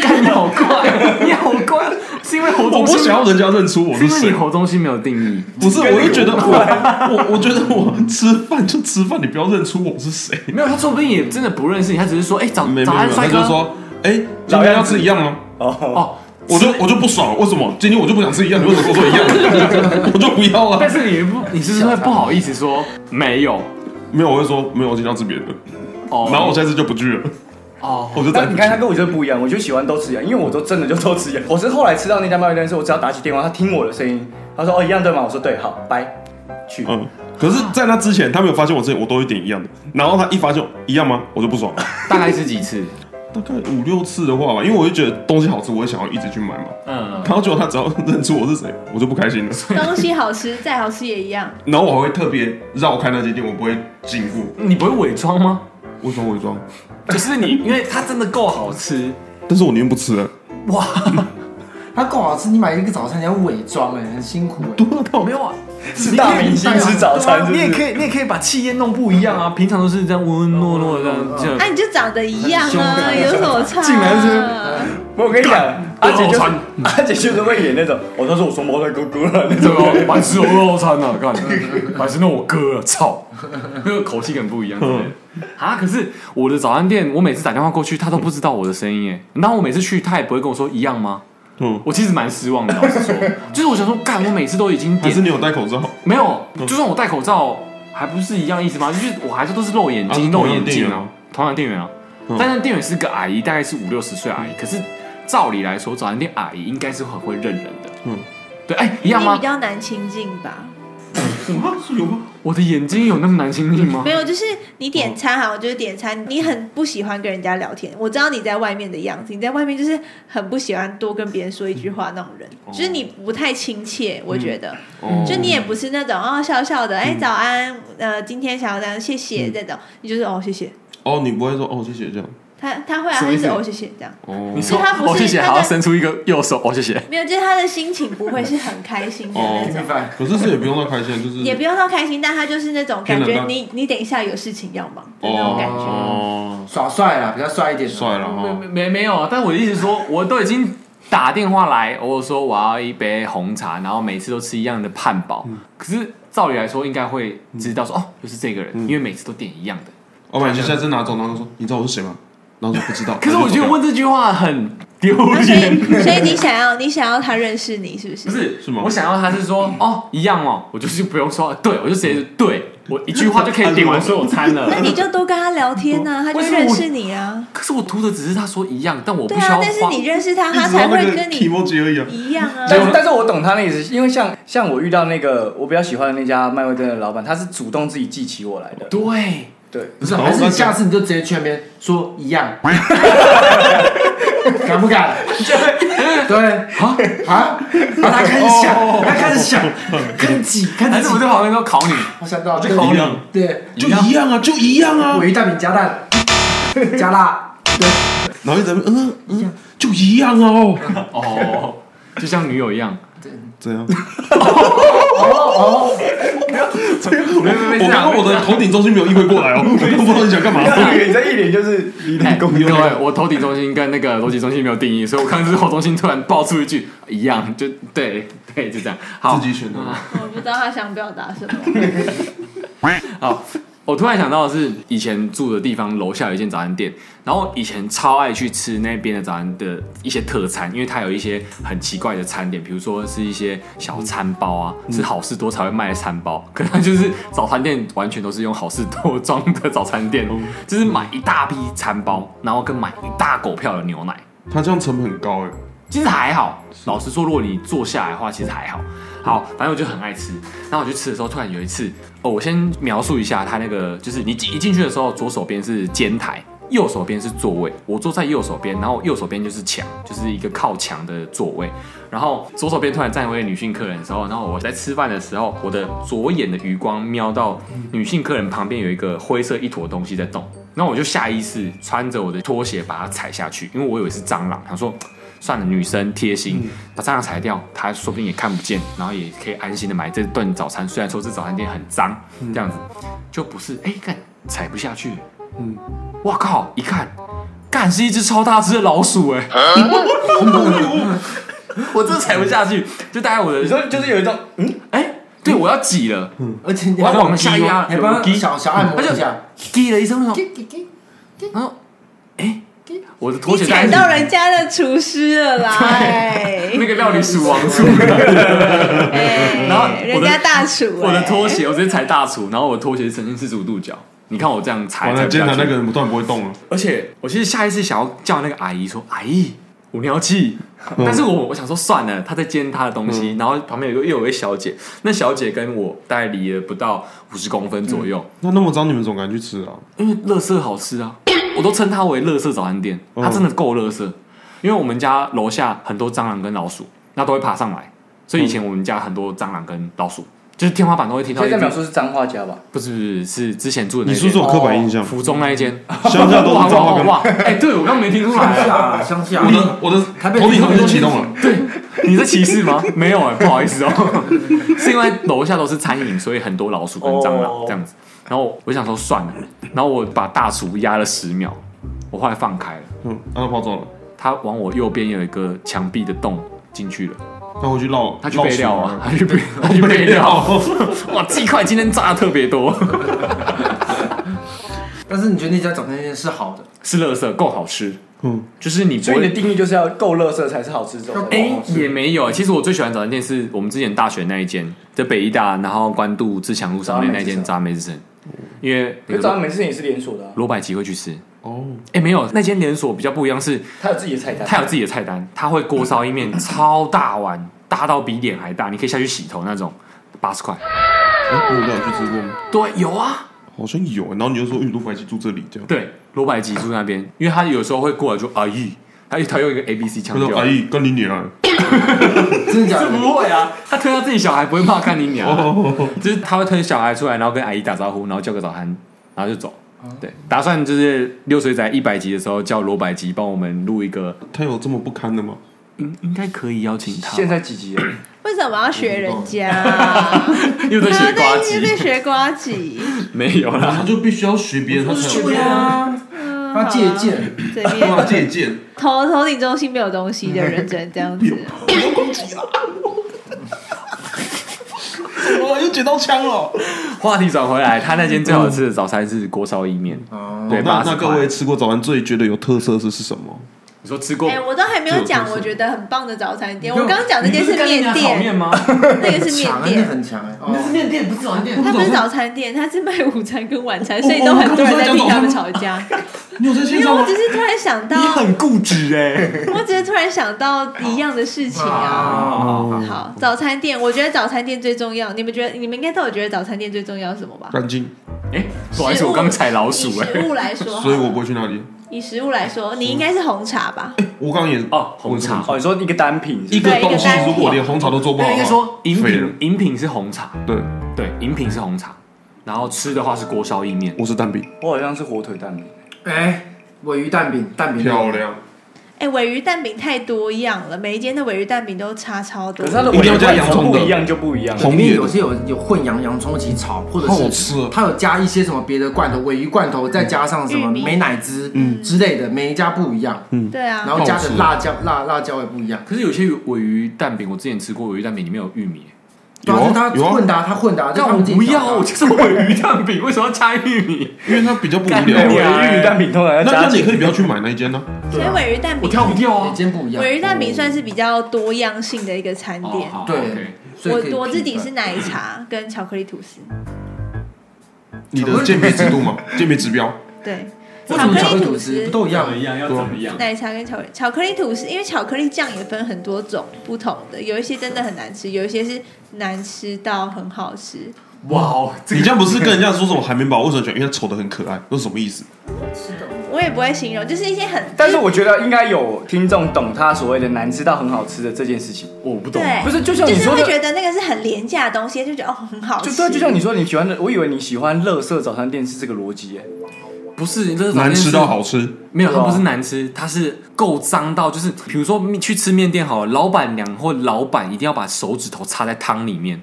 Speaker 3: 干你好快，你好快，是因为侯
Speaker 2: 我
Speaker 3: 忠
Speaker 2: 不
Speaker 3: 心
Speaker 2: 想，要人家认出我
Speaker 3: 是
Speaker 2: 是
Speaker 3: 因为你
Speaker 2: 谁。
Speaker 3: 侯忠心没有定义，
Speaker 2: 不是，我就觉得我我我觉得我吃饭就吃饭，你不要认出我是 谁。
Speaker 3: 没有他说不定也真的不认识你，他只是说哎早
Speaker 2: 没没
Speaker 3: 早
Speaker 2: 没
Speaker 3: 安
Speaker 2: 有，
Speaker 3: 帅
Speaker 2: 他
Speaker 3: 哥
Speaker 2: 就说，哎，今天要吃一样吗？
Speaker 3: 哦，
Speaker 2: 我就我就不爽，为什么？今天我就不想吃一样，你为什么跟我说一样？我 就不要
Speaker 3: 但
Speaker 2: 啊。
Speaker 3: 是你不你是不是会不好意思说没有
Speaker 2: 没有，我会说没有，我今天要吃别的。
Speaker 3: 哦，
Speaker 2: 然后我下次就不去了，
Speaker 3: 哦
Speaker 2: 我就再
Speaker 5: 但
Speaker 2: 也
Speaker 5: 你
Speaker 2: 不去
Speaker 5: 看他。跟我觉得不一样，我就喜欢都吃一样，因为我都真的就都吃一样。我是后来吃到那家麦当店的时候，我只要打起电话，他听我的声音，他说哦一样对吗？我说对，好，拜，去。
Speaker 2: 嗯，可是，在那之前，他没有发现我之前，我都会点一样的。然后他一发现一样吗，我就不爽。
Speaker 3: 大概是几次？
Speaker 2: 大概五六次的话吧，因为我就觉得东西好吃，我会想要一直去买嘛。
Speaker 3: 嗯，
Speaker 2: 然后结果他只要认出我是谁，我就不开心了。
Speaker 1: 东西好吃，再好吃也一样。
Speaker 2: 然后我还会特别绕开那间店，我不会经过。
Speaker 3: 你不会伪装吗？
Speaker 2: 为什么伪装？
Speaker 3: 就是你，因为它真的够好吃，
Speaker 2: 但是我宁愿不吃啊了。
Speaker 4: 他够好吃，你买一个早餐你要伪装哎，很辛苦哎。
Speaker 3: 没有啊，
Speaker 5: 是大明星吃早餐，
Speaker 3: 你也
Speaker 5: 以。
Speaker 3: 可以，你也可以把气焰弄不一样啊。平常都是这样温温糯糯的这样，
Speaker 1: 啊，你就长得一样啊，有什么差、啊？
Speaker 5: 竟然我跟你讲，阿姐就是
Speaker 3: 我好
Speaker 5: 阿姐就是会演那种，我那时候我双胞胎哥哥了那
Speaker 3: 对
Speaker 5: 种。
Speaker 3: 吧？白痴我肉餐啊， 干，白痴那我哥啊，操，那个口气很不一样之类的。啊！可是我的早餐店，我每次打电话过去，他都不知道我的声音哎。然后我每次去，他也不会跟我说一样吗？
Speaker 2: 嗯，
Speaker 3: 我其实蛮失望的，老 实说，就是我想说，干，我每次都已经
Speaker 2: 还
Speaker 3: 点
Speaker 2: 是你嗯有戴口罩？
Speaker 3: 没有，就算我戴口罩，还不是一样意思吗？就是我还是都是露眼睛、
Speaker 2: 啊
Speaker 3: 露
Speaker 2: 嗯同样的
Speaker 3: 眼镜
Speaker 2: 店员
Speaker 3: 啊
Speaker 2: 吗，
Speaker 3: 同样的店员啊。
Speaker 2: 嗯
Speaker 3: 但是店员是个阿姨，大概是五六十岁阿姨。可是照理来说，早餐店阿姨应该是很会认人的。嗯
Speaker 2: 嗯，
Speaker 3: 对，哎，一
Speaker 1: 你
Speaker 3: 样吗
Speaker 1: 比？较难亲近吧？
Speaker 2: 什么是有吗？
Speaker 3: 我的眼睛有那么难亲近吗
Speaker 1: 没？有，就是你点餐哈，我觉得点餐你很不喜欢跟人家聊天。我知道你在外面的样子，你在外面就是很不喜欢多跟别人说一句话那种人，就是你不太亲切，我觉得。
Speaker 2: 哦
Speaker 1: 就你也不是那种哦笑笑的，哎、早安，呃，今天想要这样，谢谢、这种，你就是哦谢谢。
Speaker 2: 哦，你不会说哦谢谢这样
Speaker 1: 他他会啊，
Speaker 3: 什
Speaker 1: 他
Speaker 3: 么意
Speaker 1: 就
Speaker 3: 思
Speaker 1: 是哦谢谢这样，
Speaker 2: 哦
Speaker 3: 你说
Speaker 1: 他不是
Speaker 3: 哦谢谢，
Speaker 1: 他在
Speaker 3: 还要伸出一个右手哦谢谢。
Speaker 1: 没有，就是他的心情不会是很开心的
Speaker 2: 哦
Speaker 1: 那种。
Speaker 2: 可是这也不用到开心，就是
Speaker 1: 也不用到开心，但他就是那种感
Speaker 2: 天
Speaker 1: 觉
Speaker 2: 冷
Speaker 1: 你，你等一下有事情要忙的那种感觉。
Speaker 2: 哦，
Speaker 4: 耍帅啦，比较帅一点。
Speaker 2: 帅了
Speaker 3: 啊没
Speaker 2: 哈
Speaker 3: 没。没没有，啊但我的意思是说，我都已经打电话来，我说我要一杯红茶，然后每次都吃一样的汉堡。可是照理来说，应该会知道说、哦，就是这个人，因为每次都点一样的。
Speaker 2: 老板，你下次拿走，哦然后说你知道我是谁吗？然后说不知道。
Speaker 3: 可是我觉得问这句话很丢
Speaker 1: 那所
Speaker 3: 脸。
Speaker 1: 以，所以你想要，你想要他认识你，是不是？
Speaker 3: 不是
Speaker 2: 是吗
Speaker 3: 我想要他是说哦一样哦，我就是不用说，对我就直接对我一句话就可以点完所有餐了
Speaker 1: 那。你就多跟他聊天呐、他就
Speaker 3: 为什么我
Speaker 1: 认识你啊。
Speaker 3: 可是我图的只是他说一样，但我
Speaker 1: 对
Speaker 3: 不需要
Speaker 1: 啊，但是
Speaker 3: 花
Speaker 1: 你认识他，他
Speaker 2: 只要
Speaker 1: 才
Speaker 2: 那
Speaker 1: 会
Speaker 2: 个
Speaker 1: 跟
Speaker 2: e m
Speaker 1: 你
Speaker 2: o 而已啊。
Speaker 1: 一样 啊。
Speaker 5: 但是但是我懂他那意思，因为像像我遇到那个我比较喜欢的那家麦味登的老板，他是主动自己记起我来的。
Speaker 3: 对。
Speaker 5: 对，
Speaker 4: 不是，
Speaker 2: 好
Speaker 4: 还是
Speaker 2: 那
Speaker 4: 你
Speaker 2: 就
Speaker 4: 下次你就直接去那边说一样，敢不敢？对啊啊！然后他开始想，他开始想，开始挤，开
Speaker 3: 还
Speaker 4: 始
Speaker 3: 是
Speaker 4: 挤
Speaker 3: 我。在旁边都考你，
Speaker 4: 我想到，就
Speaker 2: 一样，
Speaker 4: 对，
Speaker 2: 就一样啊，就一样啊
Speaker 4: 鲔。鱼蛋饼加蛋，加辣，
Speaker 2: 然后一直在那边嗯嗯，就一样啊哦，
Speaker 3: 哦，就像女友一样。
Speaker 2: 怎样？
Speaker 4: 哦
Speaker 3: 没没没
Speaker 2: 我刚刚我的头顶中心没有意会过来哦，我刚刚不知道你想干嘛。
Speaker 5: 你这一脸就是你
Speaker 3: 哎各
Speaker 5: 公
Speaker 3: 位，我头顶中心跟那个逻辑中心没有定义，所以我看是后中心突然爆出一句一样，就对对，就这样。好
Speaker 2: 自己选的，
Speaker 1: 我不知道他想表达什 么。
Speaker 3: 好，我突然想到的是以前住的地方楼下有一间早餐店，然后以前超爱去吃那边的早餐的一些特餐，因为它有一些很奇怪的餐点，比如说是一些小餐包啊，
Speaker 2: 嗯
Speaker 3: 是好事多才会卖的餐包， 可它就是早餐店完全都是用好事多装的早餐店，
Speaker 2: 嗯
Speaker 3: 就是买一大批餐包，然后跟买一大狗票的牛奶。
Speaker 2: 他这样成本很高哎。
Speaker 3: 其实还好，老实说，如果你坐下来的话，其实还好。好，反正我就很爱吃。然后我去吃的时候，突然有一次，哦，我先描述一下它那个，就是你进一进去的时候，左手边是煎台，右手边是座位。我坐在右手边，然后右手边就是墙，就是一个靠墙的座位。然后左手边突然站一位女性客人的时候，然后我在吃饭的时候，我的左眼的余光瞄到女性客人旁边有一个灰色一坨东西在动，然后我就下意识穿着我的拖鞋把它踩下去，因为我以为是蟑螂，想说。算了，女生贴心，
Speaker 5: 嗯
Speaker 3: 把蟑螂裁掉，她说不定也看不见，然后也可以安心的买这顿早餐。虽然说这早餐店很脏，
Speaker 5: 嗯
Speaker 3: 这样子就不是哎，看踩不下去，嗯
Speaker 2: 嗯，
Speaker 3: 哇靠，一看，干是一只超大只的老鼠哎、
Speaker 1: 啊
Speaker 3: 我真的踩不下去，就大概我
Speaker 5: 你
Speaker 3: 的
Speaker 5: 说就是有一种嗯，
Speaker 3: 哎，对我要挤了，
Speaker 4: 哦！而且你
Speaker 3: 我
Speaker 4: 还
Speaker 3: 要
Speaker 4: 帮
Speaker 3: 往下压，
Speaker 4: 你还帮
Speaker 3: 有滴
Speaker 4: 小小按摩一下，
Speaker 3: 滴了一声，我想然后哎，我的拖
Speaker 1: 你
Speaker 3: 鞋
Speaker 1: 踩
Speaker 3: 带
Speaker 1: 到人家的厨师了啦！哎
Speaker 3: 那个料理鼠王出
Speaker 1: 哎
Speaker 3: 然后我
Speaker 1: 人
Speaker 3: 的
Speaker 1: 家大厨，
Speaker 3: 我的拖
Speaker 1: 哎。
Speaker 3: 鞋，我直接踩大厨，然后我的拖鞋是呈现四十五度角。你看我这样踩，
Speaker 2: 完
Speaker 3: 踩
Speaker 2: 了，
Speaker 3: 不下
Speaker 2: 今天那
Speaker 3: 去
Speaker 2: 个人不断不会动了。啊
Speaker 3: 而且我其实下一次想要叫那个阿姨说：“阿姨，我尿气。”
Speaker 2: 嗯
Speaker 3: 但是我我想说算了，她在煎她的东西，然后旁边有一个又有一位小姐，那小姐跟我大概离了不到五十公分左右，
Speaker 2: 那那么脏，你们总敢去吃啊？
Speaker 3: 因为乐色好吃啊，我都称它为乐色早餐店，它
Speaker 2: 嗯
Speaker 3: 真的够乐色。因为我们家楼下很多蟑螂跟老鼠，那都会爬上来，所以以
Speaker 2: 嗯
Speaker 3: 前我们家很多蟑螂跟老鼠，就是天花板都会听到
Speaker 5: 所
Speaker 3: 一
Speaker 5: 以代表
Speaker 3: 点。
Speaker 5: 说是脏话家吧？
Speaker 3: 不是不是是之前住的
Speaker 2: 你
Speaker 3: 那
Speaker 2: 是不是
Speaker 3: 间
Speaker 2: 有刻板印象？
Speaker 3: 福中那一间，
Speaker 2: 乡下都
Speaker 3: 哇
Speaker 2: 是 脏话
Speaker 3: 哇哇
Speaker 2: 跟
Speaker 3: 哇！哎，对我刚刚没听出来
Speaker 4: 乡。下乡下
Speaker 2: 我，的我的
Speaker 4: 台北
Speaker 2: 头顶上面就启动了。
Speaker 3: 你是歧 视吗？没有哎、不好意思哦、 是因为楼下都是餐饮，所以很多老鼠跟蟑
Speaker 2: 哦
Speaker 3: 螂这样子。然后我想说算了，然后我把大厨压了十秒，我后来放开了，
Speaker 2: 嗯，然后跑走了。
Speaker 3: 它往我右边有一个墙壁的洞进去了，
Speaker 2: 他回去绕，
Speaker 3: 它去备料啊，
Speaker 2: 绕
Speaker 3: 它去备， 它去备料。哇，鸡块今天炸的特别多，
Speaker 4: 但是你觉得那家早餐店是好的？
Speaker 3: 是垃圾够好吃，
Speaker 2: 鼠嗯，
Speaker 3: 就是你不
Speaker 5: 所以你的
Speaker 3: 会。
Speaker 5: 定义就是要够乐色才是好吃这种。
Speaker 3: 哎、也没有。其实我最喜欢早餐店是我们之前大学那一间，在北医大，然后关渡自强路上面那间
Speaker 5: 炸
Speaker 3: 炸梅子城，因为那个
Speaker 5: 嗯可是早上每次也是连锁的啊，
Speaker 3: 罗百吉会去吃。
Speaker 2: 哦，
Speaker 3: 哎，没有，那间连锁比较不一样是，
Speaker 5: 他有自己的菜单。
Speaker 3: 它有自己的菜单，它会锅烧意面超大碗，大到比脸还大，你可以下去洗头那种，八十块。
Speaker 2: 哎我们俩有去吃过吗？
Speaker 3: 对，有啊，
Speaker 2: 好像有，欸然后你就说运动夫妻住这里这样。
Speaker 3: 对，罗百吉住那边，因为他有时候会过来就阿姨，他他用一个 A B C
Speaker 2: 他
Speaker 3: 腔
Speaker 2: 说
Speaker 3: 调，：“
Speaker 2: 阿姨，跟你女儿。
Speaker 4: 真的假的？
Speaker 3: 不会啊，他推到自己小孩不会骂看你娘、啊就是他会推小孩出来，然后跟阿姨打招呼，然后叫个早餐，然后就走。对，打算就是六水仔一百集的时候叫罗百吉帮我们录一个，”
Speaker 2: 他有这么不堪的吗？
Speaker 3: 应应该可以邀请他，
Speaker 5: 现在几集了？
Speaker 1: 为什么要学人家？ 他
Speaker 3: 又在学瓜
Speaker 1: 在在
Speaker 3: 机，
Speaker 1: 学瓜 吉，
Speaker 3: 没有啦
Speaker 2: 他，就必须要学别人，他才有
Speaker 4: 对啊，他借鉴，
Speaker 1: 这
Speaker 2: 办法
Speaker 1: 边
Speaker 2: 借鉴。
Speaker 1: 头头顶中心没有东西的人只能这样 子。
Speaker 2: 哇，又捡到枪 了！
Speaker 3: 话题转回来，他那间最好吃的早餐是锅烧意面，对，
Speaker 2: 哦那
Speaker 3: 八
Speaker 2: 那
Speaker 3: 十
Speaker 2: 各位
Speaker 3: 块。
Speaker 2: 吃过早餐最觉得有特色是是什么？
Speaker 3: 你说吃过
Speaker 1: 哎，我都还没有
Speaker 2: 这
Speaker 1: 讲，
Speaker 2: 个
Speaker 1: 我觉得很棒的早餐店。我刚刚讲那间是面店，
Speaker 3: 吗？
Speaker 1: 那个是面
Speaker 4: 强，那
Speaker 1: 店，
Speaker 4: 很强哎，那是面店，不是早餐店
Speaker 1: 它不是早餐店，它是卖午餐跟晚餐，所以都很多人在替他们吵 架。
Speaker 2: 你有在
Speaker 1: 因
Speaker 2: 线
Speaker 1: 为
Speaker 2: 上
Speaker 1: 我
Speaker 2: 吗
Speaker 1: 只？是突然想到，
Speaker 3: 固执哎。
Speaker 1: 我只是突然想到一样的事情啊。好，早餐店，我觉得早餐店最重要。你们觉得，你们应该都有觉得早餐店最重要是什么吧？
Speaker 2: 干净，
Speaker 3: 哎，不好意思，我刚踩老鼠
Speaker 1: 以
Speaker 3: 哎。
Speaker 1: 食物来说好，
Speaker 2: 所以我不会去那里。
Speaker 1: 以食物来说，你应该是红茶吧？
Speaker 2: 我刚刚也
Speaker 3: 哦，红茶
Speaker 5: 哦，你说一个单品是
Speaker 2: 一
Speaker 5: 不
Speaker 2: 个
Speaker 5: 是，
Speaker 1: 对
Speaker 2: 东
Speaker 1: 一个
Speaker 2: 西
Speaker 1: 单，
Speaker 2: 如果连红茶都做不好，
Speaker 3: 应该说哦饮
Speaker 2: 废了
Speaker 3: 品，饮品是红茶，
Speaker 2: 对，
Speaker 3: 对，饮品是红茶，然后吃的话是锅烧意面。
Speaker 2: 我是蛋饼，
Speaker 5: 我好像是火腿蛋饼，
Speaker 4: 哎，尾鱼蛋饼，蛋饼
Speaker 2: 漂亮，
Speaker 1: 哎，尾鱼蛋饼太多样了，每一间的尾鱼蛋饼都差超多
Speaker 5: 可是。它的
Speaker 2: 一定要
Speaker 5: 味
Speaker 2: 加
Speaker 5: 道
Speaker 2: 洋葱
Speaker 5: 不
Speaker 2: 的
Speaker 5: 一样就不一样。
Speaker 2: 红
Speaker 4: 里
Speaker 2: 野
Speaker 4: 面
Speaker 2: 的
Speaker 4: 有些有有混洋洋葱一起炒，或者
Speaker 2: 好好
Speaker 4: 是
Speaker 2: 吃哦
Speaker 4: 它有加一些什么别的罐头，尾鱼罐头，再加上什么
Speaker 1: 玉米
Speaker 4: 美乃滋之类的，每一家不一样，
Speaker 1: 对啊
Speaker 4: 然，后加的辣椒辣辣椒也不一样。
Speaker 3: 可是有些尾鱼蛋饼，我之前吃过尾鱼蛋饼，里面有玉米。
Speaker 4: 对
Speaker 2: 有
Speaker 4: 啊，
Speaker 2: 啊
Speaker 4: 是它
Speaker 2: 有啊
Speaker 4: 混搭，它混搭，就
Speaker 3: 但
Speaker 4: 他
Speaker 3: 我
Speaker 4: 们自己
Speaker 3: 不
Speaker 4: 调
Speaker 3: 要，
Speaker 4: 的
Speaker 3: 我就是尾鱼蛋饼，为什么要加玉 米？
Speaker 2: 因为它比较不无
Speaker 3: 干
Speaker 2: 聊
Speaker 5: 对，
Speaker 3: 掉
Speaker 5: 我
Speaker 3: 了
Speaker 2: 啊。
Speaker 5: 的玉米蛋饼通常要
Speaker 2: 那
Speaker 5: 加
Speaker 2: 那你
Speaker 5: 几
Speaker 2: 可以不要去买那一间啊呢，
Speaker 1: 所以尾鱼蛋
Speaker 3: 我
Speaker 1: 饼，
Speaker 3: 挑不掉啊
Speaker 4: 每。间不一样。
Speaker 1: 尾鱼蛋饼算是比较多样性的一个餐
Speaker 3: 哦
Speaker 1: 店。
Speaker 3: 好
Speaker 4: 对，所以可以
Speaker 1: 我我自己
Speaker 4: 平
Speaker 1: 是
Speaker 4: 衡
Speaker 1: 奶茶跟巧克力吐司，
Speaker 2: 你的鉴别尺度 嘛，鉴别指标，
Speaker 1: 对，
Speaker 4: 为什么巧
Speaker 1: 克
Speaker 4: 克
Speaker 1: 力
Speaker 4: 力
Speaker 1: 吐
Speaker 4: 吐司不都一样吗？
Speaker 3: 一样要怎么样？
Speaker 1: 奶茶跟巧克力，巧克力吐司，因为巧克力酱也分很多种不同的，有一些真的很难吃，有一些是难吃到很好吃。
Speaker 3: 哇哦，这
Speaker 2: 你这样不是跟人家说什么海绵宝为什么喜欢？因为它丑的很可爱，那是什么意思？
Speaker 1: 我也不会形容，就是一些很，
Speaker 5: 但是我觉得应该有听众懂他所谓的难吃到很好吃的这件事情，
Speaker 3: 我不懂。
Speaker 1: 对，
Speaker 5: 不是就像你
Speaker 1: 就是
Speaker 5: 说
Speaker 1: 会
Speaker 5: 的，
Speaker 1: 觉得那个是很廉价的东西，就觉得哦很好
Speaker 5: 就
Speaker 1: 吃。
Speaker 5: 对啊，就像你说你喜欢的，我以为你喜欢乐色早餐店是这个逻辑耶。
Speaker 3: 不是，这是
Speaker 2: 难吃到好吃，
Speaker 3: 没有，它
Speaker 5: 对啊
Speaker 3: 不是难吃，它是够脏到，就是比如说去吃面店好了，老板娘或老板一定要把手指头插在汤里面，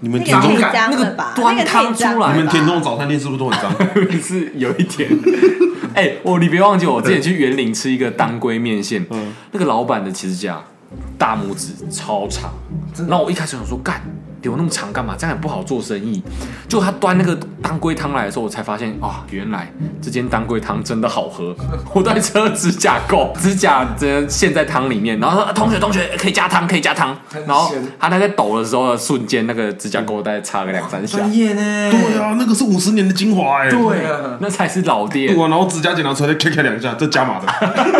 Speaker 2: 你们
Speaker 1: 那
Speaker 2: 田
Speaker 1: 个
Speaker 2: 中
Speaker 1: 太
Speaker 4: 听感
Speaker 1: 脏
Speaker 3: 那个
Speaker 1: 了吧，
Speaker 3: 端
Speaker 1: 那个太
Speaker 3: 汤出
Speaker 1: 脏了吧。
Speaker 3: 来
Speaker 2: 你们田中早餐店是不是都很脏？
Speaker 3: 是有一点。 哎、我你别忘记，我之前去园林吃一个当归面线，
Speaker 4: 嗯
Speaker 3: 那个老板的指甲大拇指超长，然后我一开始想说干。留那么长干嘛？这样也不好做生意。就他端那个当归汤来的时候，我才发现啊，原来这间当归汤真的好喝。我在吃了指甲垢，指甲真的陷在汤里面。然后说、啊、同学同学可以加汤，可以加汤。然后他在抖的时候，瞬间那个指甲垢大概擦个两三下。
Speaker 4: 哦专业呢，
Speaker 2: 对啊，那个是五十年的精华哎。
Speaker 3: 对，那才是老店
Speaker 2: 对。啊，然后指甲剪拿出来再咔咔两下，这加 码的。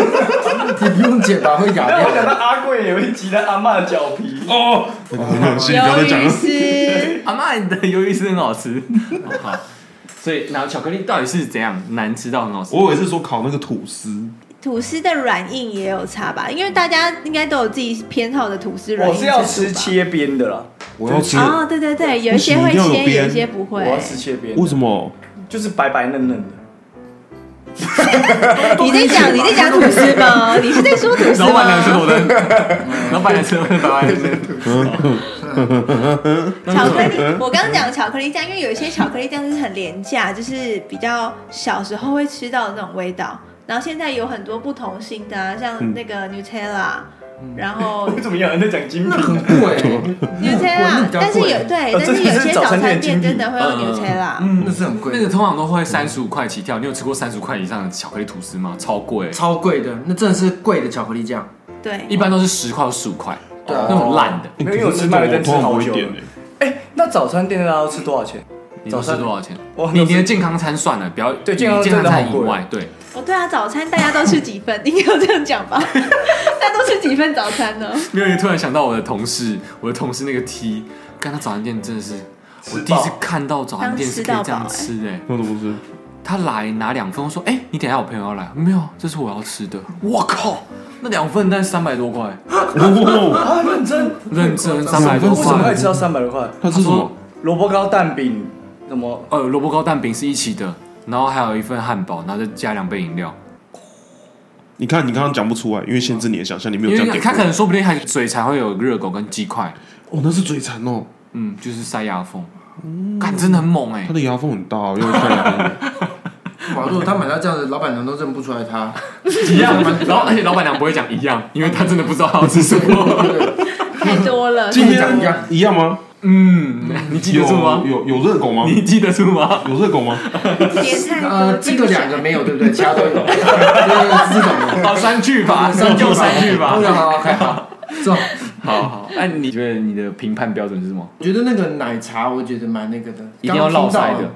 Speaker 4: 你不用剪吧，会咬
Speaker 5: 但我
Speaker 4: 掉
Speaker 5: 想到
Speaker 4: 的。
Speaker 5: 阿贵有一集的阿嬷的脚皮，
Speaker 2: 哦，那个很恶心，不要
Speaker 1: 鱿
Speaker 2: 再讲
Speaker 1: 鱼
Speaker 2: 了。
Speaker 1: 丝，
Speaker 3: 阿妈你的鱿鱼丝很好 吃，哦好，所以然后巧克力到底是怎样难吃到很好吃？
Speaker 2: 我以为是说烤那个吐司，
Speaker 1: 吐司的软硬也有差吧，因为大家应该都有自己偏好的吐司软
Speaker 5: 我
Speaker 1: 硬
Speaker 5: 是要
Speaker 1: 程度
Speaker 5: 吃
Speaker 1: 吧
Speaker 5: 切边的啦，
Speaker 2: 我要吃。
Speaker 1: 哦，对对对，有一些
Speaker 2: 不
Speaker 1: 会
Speaker 2: 行一定要有
Speaker 1: 切，有一
Speaker 2: 边
Speaker 1: 些不
Speaker 5: 我
Speaker 1: 会。
Speaker 5: 要 吃切边的，
Speaker 2: 为什么？
Speaker 5: 就是白白嫩嫩的。
Speaker 1: 你在讲你在讲吐司吗？你是在说吐司
Speaker 3: 老板娘吃
Speaker 1: 吗？
Speaker 3: 我的，嗯老板娘吃我的白白嫩嫩
Speaker 1: 巧克力，我刚刚讲巧克力酱，因为有一些巧克力酱是很廉价，就是比较小时候会吃到的那种味道。然后现在有很多不同新的、啊，像那个 Nutella，、然后
Speaker 5: 为什么有人在讲精
Speaker 4: 那
Speaker 5: 品？
Speaker 4: 很贵，
Speaker 1: Nutella，
Speaker 4: 那
Speaker 1: 但
Speaker 4: 很
Speaker 1: 是
Speaker 4: 贵
Speaker 1: 有对，但
Speaker 5: 这
Speaker 1: 是
Speaker 5: 个
Speaker 1: 有
Speaker 5: 是
Speaker 1: 些
Speaker 5: 早
Speaker 1: 早
Speaker 5: 餐
Speaker 1: 餐店
Speaker 5: 店
Speaker 1: 真
Speaker 5: 精品
Speaker 1: 的会有 Nutella，、
Speaker 4: 那是很贵，
Speaker 3: 那个通常都会三十五块起跳。你有吃过三十块以上的巧克力吐司吗？超贵，
Speaker 4: 超贵的，那真的是贵的巧克力酱。
Speaker 1: 对，
Speaker 3: 一般都是十块十五块，
Speaker 4: 对啊
Speaker 3: 那种烂的。
Speaker 5: 没有因为我吃麦乐登吃
Speaker 2: 通常不
Speaker 5: 好
Speaker 2: 会
Speaker 5: 久
Speaker 2: 点
Speaker 5: 了。
Speaker 2: 欸
Speaker 5: 哎，那早餐店大家都吃多少钱？
Speaker 3: 你都吃多少钱？
Speaker 5: 哇
Speaker 3: 你
Speaker 5: 那是
Speaker 3: 你的健康餐算了，不要
Speaker 5: 对
Speaker 3: 你
Speaker 5: 健
Speaker 3: 健
Speaker 5: 康餐真的
Speaker 3: 餐以
Speaker 5: 好贵
Speaker 3: 外，对，
Speaker 1: 哦对啊，早餐大家都吃几份？ 应该要这样讲吧？ 大家都吃几份早餐呢？
Speaker 3: 没有，突然想到我的同事，我的同事那个 T，看他早餐店真的是我第一次看到早餐店是可以这样
Speaker 1: 当吃
Speaker 3: 吃的、欸
Speaker 2: 那都不是，
Speaker 3: 他来拿两份，我说：“哎、你等一下，我朋友要来。”没有，啊这是我要吃的。我靠，那两份但三百多块，
Speaker 5: 啊，认真，
Speaker 3: 认真三百
Speaker 5: 为
Speaker 3: 多
Speaker 5: 什么可以
Speaker 3: 块
Speaker 5: 吃。到三百多块？
Speaker 2: 它是什么？
Speaker 5: 萝卜糕、蛋饼，什么？
Speaker 3: 呃，萝卜糕蛋饼是一起的，然后还有一份汉堡，然后再加两杯饮料。
Speaker 2: 你看你刚刚讲不出来，因为限制你的想象，你没有
Speaker 3: 因
Speaker 2: 这样
Speaker 3: 为
Speaker 2: 点
Speaker 3: 他
Speaker 2: 过。
Speaker 3: 可能说不定还嘴才会有热狗跟鸡块，
Speaker 2: 哦，那是嘴馋哦，
Speaker 3: 嗯，就是塞牙缝，感真的很猛哎、
Speaker 2: 他的牙缝很大哦，因为看牙 缝。
Speaker 4: 哇，如果他买到这样子，老板娘都认不出来他。
Speaker 3: 一样，然后而且老板娘不会讲一样，因为她真的不知道她要吃什么。
Speaker 1: 太多了。
Speaker 2: 今
Speaker 4: 跟我讲一样
Speaker 2: 天一样吗？
Speaker 3: 嗯，你记得
Speaker 2: 有
Speaker 3: 住吗？
Speaker 2: 有有热狗吗？
Speaker 3: 你记得住吗？
Speaker 2: 有热狗 吗？
Speaker 1: 点太多，
Speaker 4: 呃，这个两个没有，对不对？其他都有。对是这种
Speaker 3: 好，删去吧，删就删去吧。
Speaker 4: 的。好，OK，好。这种
Speaker 3: 好好，哎、你觉得你的评判标准是什么？
Speaker 4: 我觉得那个奶茶，我觉得蛮那个的，
Speaker 3: 一定要
Speaker 4: 刚
Speaker 3: 烙
Speaker 4: 刚听到
Speaker 3: 塞的。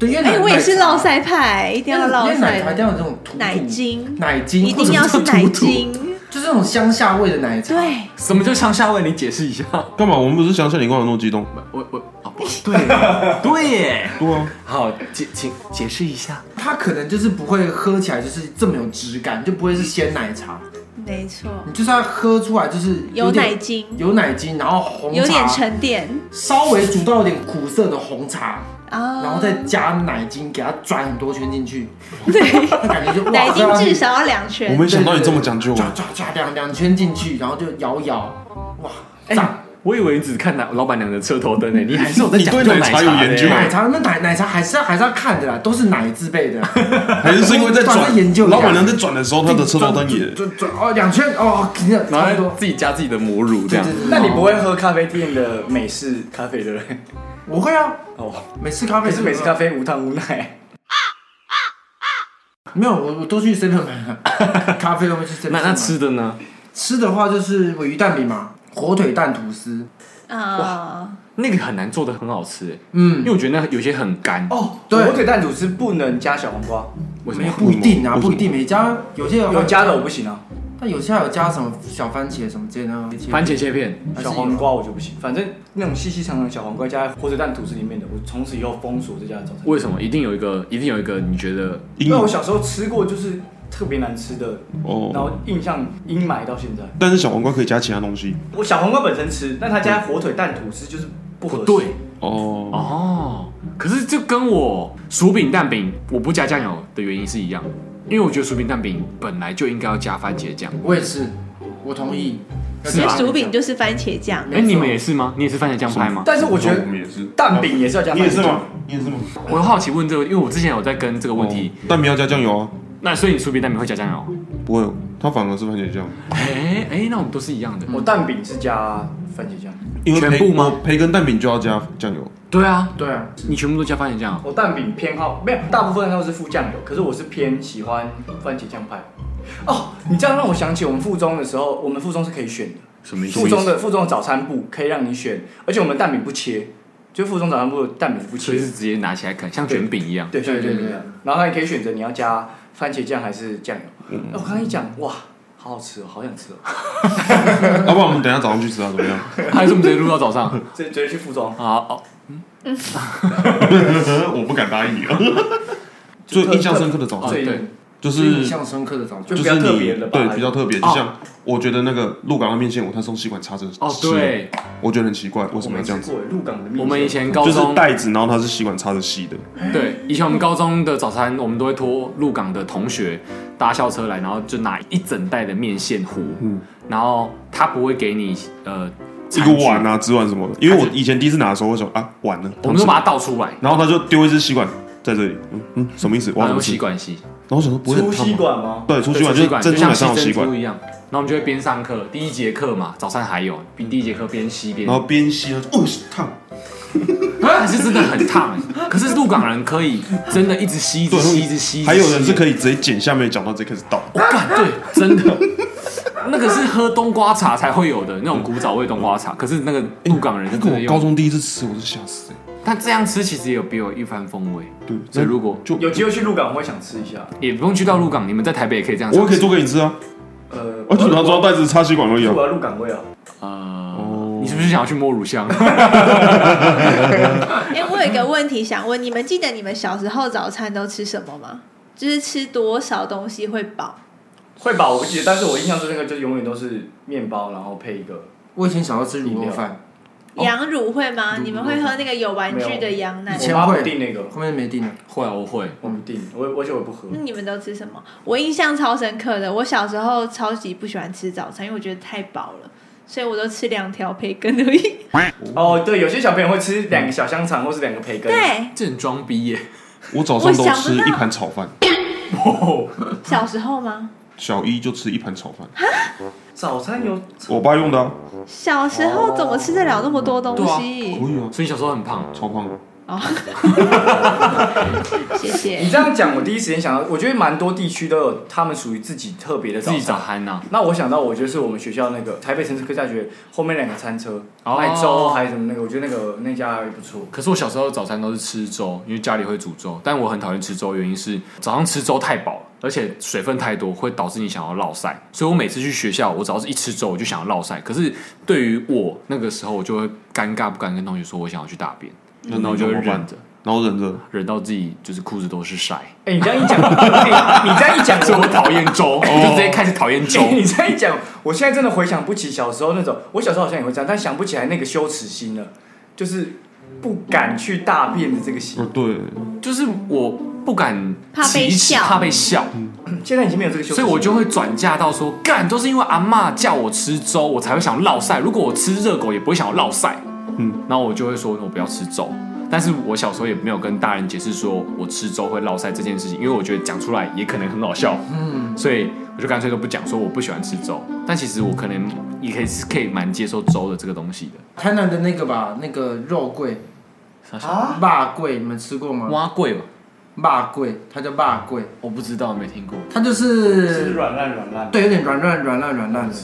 Speaker 4: 对，因为
Speaker 1: 哎、
Speaker 4: 奶
Speaker 1: 我也是
Speaker 4: 奶茶
Speaker 1: 烙塞派，一定要
Speaker 4: 因
Speaker 1: 烙
Speaker 4: 为奶茶一定
Speaker 1: 塞，
Speaker 4: 要有这种土土
Speaker 1: 奶精
Speaker 4: 奶精
Speaker 1: 一定要是奶，精，
Speaker 4: 就是那种乡下味的奶茶。
Speaker 1: 对，
Speaker 3: 什么叫上下位？你解释一下。
Speaker 2: 干嘛？我们不是想想你刚才那么激动？
Speaker 3: 我我哦，不对 对耶，
Speaker 2: 对啊，
Speaker 3: 好解请解释一下。
Speaker 4: 它可能就是不会喝起来就是这么有质感，就不会是鲜奶茶，
Speaker 1: 没错，
Speaker 4: 你就是要喝出来就是
Speaker 1: 有
Speaker 4: 点
Speaker 1: 奶精，
Speaker 4: 有奶精，然后红
Speaker 1: 有点
Speaker 4: 茶，
Speaker 1: 沉淀
Speaker 4: 稍微煮到有点苦涩的红茶，
Speaker 1: 啊，
Speaker 4: 然后再加奶精，给它转很多圈进去，
Speaker 1: 对，
Speaker 4: 那感觉就哇
Speaker 1: 奶精
Speaker 4: 这样
Speaker 1: 至少要两
Speaker 2: 我
Speaker 1: 圈，
Speaker 2: 没想到你这么讲究
Speaker 4: 抓
Speaker 2: 啊！
Speaker 4: 抓抓两两圈进去，然后就摇一摇，哇，
Speaker 3: 哎、
Speaker 4: 炸！
Speaker 3: 我以为你只看老老板娘的车头灯诶，你还是有在
Speaker 2: 你
Speaker 3: 讲
Speaker 2: 对
Speaker 3: 究
Speaker 2: 奶茶有
Speaker 3: 的
Speaker 2: 研究
Speaker 4: 奶茶那奶奶茶还是要还是要看的啦，都是奶字辈的。
Speaker 2: 还是是因为在
Speaker 4: 我
Speaker 2: 转
Speaker 4: 在研究一下
Speaker 2: 老板娘在转的时候，她的车头灯也
Speaker 4: 转转哦，两圈哦，肯定
Speaker 3: 然
Speaker 4: 差
Speaker 3: 后
Speaker 4: 不多。
Speaker 3: 自己加自己的母乳这样。
Speaker 5: 那你不会喝咖啡店的美式咖啡对不对？
Speaker 4: 我会啊，
Speaker 5: 哦，
Speaker 4: 美式咖啡啊
Speaker 5: 还是美式咖
Speaker 4: 啡，
Speaker 5: 啡无糖无奶。
Speaker 4: 没有我我都去 seven 买了，咖啡都会去 seven。
Speaker 3: 那那吃的呢？
Speaker 4: 吃的话就是尾鱼蛋饼嘛，火腿蛋吐司。
Speaker 1: 啊，
Speaker 3: 那个很难做的很好吃诶，因
Speaker 4: 嗯，
Speaker 3: 为我觉得那有些很干。
Speaker 5: 哦，
Speaker 4: 对
Speaker 5: 火腿蛋吐司不能加小黄瓜，
Speaker 3: 为什
Speaker 4: 没
Speaker 3: 么
Speaker 4: 有？不一定啊，
Speaker 2: 为什么
Speaker 4: 不一定每家有些
Speaker 5: 有，加的我不行啊，
Speaker 4: 但有些还有加什么小番茄什么之类的。
Speaker 3: 番茄切片，
Speaker 4: 还是有
Speaker 5: 小黄瓜我就不行。反正那种细细长长的小黄瓜加在火腿蛋吐司里面的，我从此以后封锁这家的早餐。
Speaker 3: 为什么一定有一个，一定有一个？你觉得
Speaker 2: 阴
Speaker 5: 因为我
Speaker 2: 影
Speaker 5: 小时候吃过，就是特别难吃的，然后
Speaker 2: 哦。
Speaker 5: 印象阴霾到现在。
Speaker 2: 但是小黄瓜可以加其他东西
Speaker 5: 我小黄瓜本身吃，但它加火腿蛋吐司就是不合
Speaker 3: 不
Speaker 5: 适
Speaker 3: 对？
Speaker 2: 哦。
Speaker 3: 哦，可是这跟我薯饼蛋饼我不加酱油的原因是一样，因为我觉得薯饼蛋饼本来就应该要加番茄酱。
Speaker 4: 我也是，我同意。
Speaker 3: 是
Speaker 1: 因为
Speaker 3: 吧
Speaker 1: 薯饼就是番茄酱，
Speaker 3: 哎、你们也是吗？你也是番茄酱派吗？
Speaker 5: 但是我觉得
Speaker 2: 我们也是
Speaker 5: 蛋饼也是要加
Speaker 2: 你
Speaker 5: 番
Speaker 2: 也
Speaker 5: 茄
Speaker 2: 是吗哦
Speaker 5: 酱。？
Speaker 2: 你也是吗？
Speaker 3: 我好奇问这个，因为我之前有在跟这个问题。
Speaker 2: 哦，蛋饼要加酱油啊？
Speaker 3: 那所以你薯饼蛋饼会加酱油？
Speaker 2: 不会，它反而是番茄酱，
Speaker 3: 哎、哎、那我们都是一样的。
Speaker 5: 我蛋饼是加番茄酱，
Speaker 2: 因为
Speaker 3: 全
Speaker 2: 培
Speaker 3: 部吗
Speaker 2: 培根蛋饼就要加酱 油。
Speaker 3: 对啊，
Speaker 4: 对啊，
Speaker 3: 你全部都加番茄酱哦。
Speaker 5: 我蛋饼偏好没有，大部分都是附酱油，可是我是偏喜欢番茄酱派。哦，你这样让我想起我们附中的时候，我们附中是可以选的，
Speaker 3: 什么意思？
Speaker 5: 附中的附中的早餐部可以让你选，而且我们蛋饼不切，就附中早餐部的蛋饼不
Speaker 3: 所以
Speaker 5: 切
Speaker 3: 是，直接拿起来啃，像卷饼一样。
Speaker 5: 对
Speaker 4: 对对对对
Speaker 5: 然后它也可以选择你要加番茄酱还是酱油。哎我刚刚一讲，哇，好好吃哦，好想吃哦，
Speaker 2: 要不然我们等一下早上去吃啊，怎么样？
Speaker 3: 还是我们直接录到早上？
Speaker 5: 直接直接去附中。
Speaker 3: 好，哦
Speaker 2: 我不敢答应你啊。 最印象深刻的早餐
Speaker 5: 最
Speaker 3: 对
Speaker 2: 就
Speaker 4: 最印
Speaker 2: 是
Speaker 4: 象深刻的早餐
Speaker 5: 就
Speaker 2: 哦就
Speaker 5: 比
Speaker 2: 是
Speaker 5: 较特
Speaker 2: 你
Speaker 5: 别了吧？
Speaker 2: 对比较特别，就像我觉得那个鹿港的面线，我它是用吸管插着
Speaker 3: 哦，
Speaker 2: 吃，
Speaker 3: 对，
Speaker 2: 我觉得很奇怪，为
Speaker 5: 我
Speaker 2: 什么
Speaker 5: 没
Speaker 2: 要这
Speaker 5: 吃
Speaker 2: 样子？
Speaker 5: 过耶鹿港的面线，
Speaker 3: 我们以前高
Speaker 2: 就是
Speaker 3: 中
Speaker 2: 袋子，然后它是吸管插着吸的，
Speaker 3: 对，以前我们高中的早餐，我们都会托鹿港的同学搭校车来，然后就拿一整袋的面线糊，
Speaker 2: 嗯
Speaker 3: 然后他不会给你呃
Speaker 2: 一个碗，啊、纸碗什么的。因为我以前第一次拿的时候，我想啊，碗呢？
Speaker 3: 餐具我们都
Speaker 2: 他
Speaker 3: 把
Speaker 2: 们
Speaker 3: 它倒出来，
Speaker 2: 吃然后他就丢一支吸管在这里，嗯嗯，什么意 思？我
Speaker 3: 然
Speaker 2: 要
Speaker 3: 后
Speaker 2: 怎么吃
Speaker 3: 用啊吸？管吸，
Speaker 2: 然后我想说不会
Speaker 5: 粗
Speaker 2: 很烫
Speaker 5: 吸
Speaker 2: 吗？
Speaker 5: 管吗？
Speaker 2: 对，出吸管
Speaker 3: 对
Speaker 2: 就
Speaker 3: 吸
Speaker 2: 是
Speaker 3: 管
Speaker 2: 珍
Speaker 3: 就
Speaker 2: 珠奶
Speaker 3: 像
Speaker 2: 茶那
Speaker 3: 吸
Speaker 2: 种吸
Speaker 3: 珍
Speaker 2: 管
Speaker 3: 珠，一样。然后我们就会边上课，第一节课嘛，早餐还有，第一节课边吸边
Speaker 2: 然，后边吸，然后哦烫，
Speaker 3: 但是真的很烫。欸可是鹿港人可以真的一直吸，一直
Speaker 2: 对，
Speaker 3: 吸，一直吸，
Speaker 2: 还有人是
Speaker 3: 以，
Speaker 2: 可以直接剪下面的角，然后直接开始倒。
Speaker 3: 我哦干对，真的。那个是喝冬瓜茶才会有的那种古早味冬瓜茶，可是那个鹿港人是
Speaker 2: 那个
Speaker 3: 真的
Speaker 2: 哎我
Speaker 3: 用
Speaker 2: 高中第一次吃，我是吓死哎。
Speaker 3: 但这样吃其实也有别有一番风味，
Speaker 2: 对，
Speaker 3: 所以如果
Speaker 2: 就
Speaker 5: 有机会去鹿港，我会想吃一下。
Speaker 3: 也不用去到鹿港，你们在台北也可以这样。
Speaker 2: 我也可以做给你吃啊，
Speaker 5: 呃，
Speaker 2: 我只拿装袋子插吸管而已啊
Speaker 5: 我。要鹿港味啊，
Speaker 2: 哦
Speaker 3: 呃，你是不是想要去摸乳香？
Speaker 1: 哎、我有一个问题想问，你们记得你们小时候早餐都吃什么吗？就是吃多少东西会饱？
Speaker 5: 会吧，我不记得，但是我印象中那个就永远都是面包，然后配一个
Speaker 4: 我以前想要吃卤肉饭，哦
Speaker 1: 羊乳会吗？你们会喝那个有玩具的羊奶
Speaker 4: 以
Speaker 1: 吗？
Speaker 4: 前
Speaker 5: 我妈
Speaker 4: 会
Speaker 5: 不订那个
Speaker 4: 后面没订了。
Speaker 3: 会啊，我会。
Speaker 5: 我不订，我我而且我不喝
Speaker 1: 那。你们都吃什么？我印象超深刻的，我小时候超级不喜欢吃早餐，因为我觉得太饱了，所以我都吃两条培根而已。
Speaker 5: 哦，对，有些小朋友会吃两个小香肠或是两个培根。，
Speaker 1: 对，
Speaker 3: 这很装逼耶！
Speaker 2: 我早上都
Speaker 1: 我想不
Speaker 2: 吃
Speaker 1: 到
Speaker 2: 一盘炒饭，
Speaker 1: 小时候吗？
Speaker 2: 小一就吃一盘炒饭，
Speaker 5: 早餐有
Speaker 2: 我爸用的啊，
Speaker 1: 小时候怎么吃得了那么多东西？
Speaker 2: 可以啊，
Speaker 3: 所以你小时候很胖，
Speaker 2: 超胖的。
Speaker 1: 谢
Speaker 5: 你
Speaker 1: 谢。
Speaker 5: 这样讲，我第一时间想到，我觉得蛮多地区都有他们属于自己特别的
Speaker 3: 自
Speaker 5: 早
Speaker 3: 己
Speaker 5: 餐。
Speaker 3: 早餐呐。
Speaker 5: 那我想到，我就是我们学校那个台北城市科技大学后面两个餐车
Speaker 3: 哦
Speaker 5: 卖粥还是什么那个，我觉得那个那家也不错。
Speaker 3: 可是我小时候早餐都是吃粥，因为家里会煮粥，但我很讨厌吃粥，原因是早上吃粥太饱了，而且水分太多，会导致你想要落晒。所以我每次去学校，我只要是一吃粥，我就想要落晒。可是对于我那个时候，我就会尴尬，不敢跟同学说我想要去大便，那我就会
Speaker 2: 怎么办
Speaker 3: 忍着，
Speaker 2: 然后忍着，
Speaker 3: 忍到自己就是裤子都是晒。
Speaker 5: 哎、你这样一讲， 哎你这样 一讲，
Speaker 3: 所以我
Speaker 5: 我
Speaker 3: 讨厌
Speaker 1: 哦
Speaker 3: 粥，我就直接开始讨 厌粥。
Speaker 5: 哎你这样一讲，我现在真的回想不起小时候那种，我小时候好像也会这样，但想不起来那个羞耻心了，就是不敢去大便的这个心
Speaker 2: 哦。对，
Speaker 3: 就是我不敢
Speaker 1: 怕被
Speaker 3: 启齿
Speaker 1: 笑
Speaker 3: 怕被笑，
Speaker 5: 现在已经没有这个羞
Speaker 3: 所
Speaker 5: 耻心
Speaker 3: 以
Speaker 5: 了，
Speaker 3: 我就会转嫁到说，干都是因为阿嬷叫我吃粥，我才会想落晒。如果我吃热狗，也不会想要落晒。嗯，然后我就会说，我不要吃粥。但是我小时候也没有跟大人解释说我吃粥会落晒这件事情，因为我觉得讲出来也可能很好笑，嗯，所以我就干脆都不讲，说我不喜欢吃粥。但其实我可能也可以是可以蛮接受粥的这个东西的。
Speaker 4: 台南的那个吧，那个肉桂啊，霸桂，你们吃过吗？
Speaker 3: 蛙贵吧，
Speaker 4: 霸桂，它叫霸桂，
Speaker 3: 我不知道，没听过。
Speaker 4: 它就
Speaker 5: 就是
Speaker 4: 是
Speaker 5: 软烂软烂。嗯
Speaker 4: 对，有点软软软烂软烂的。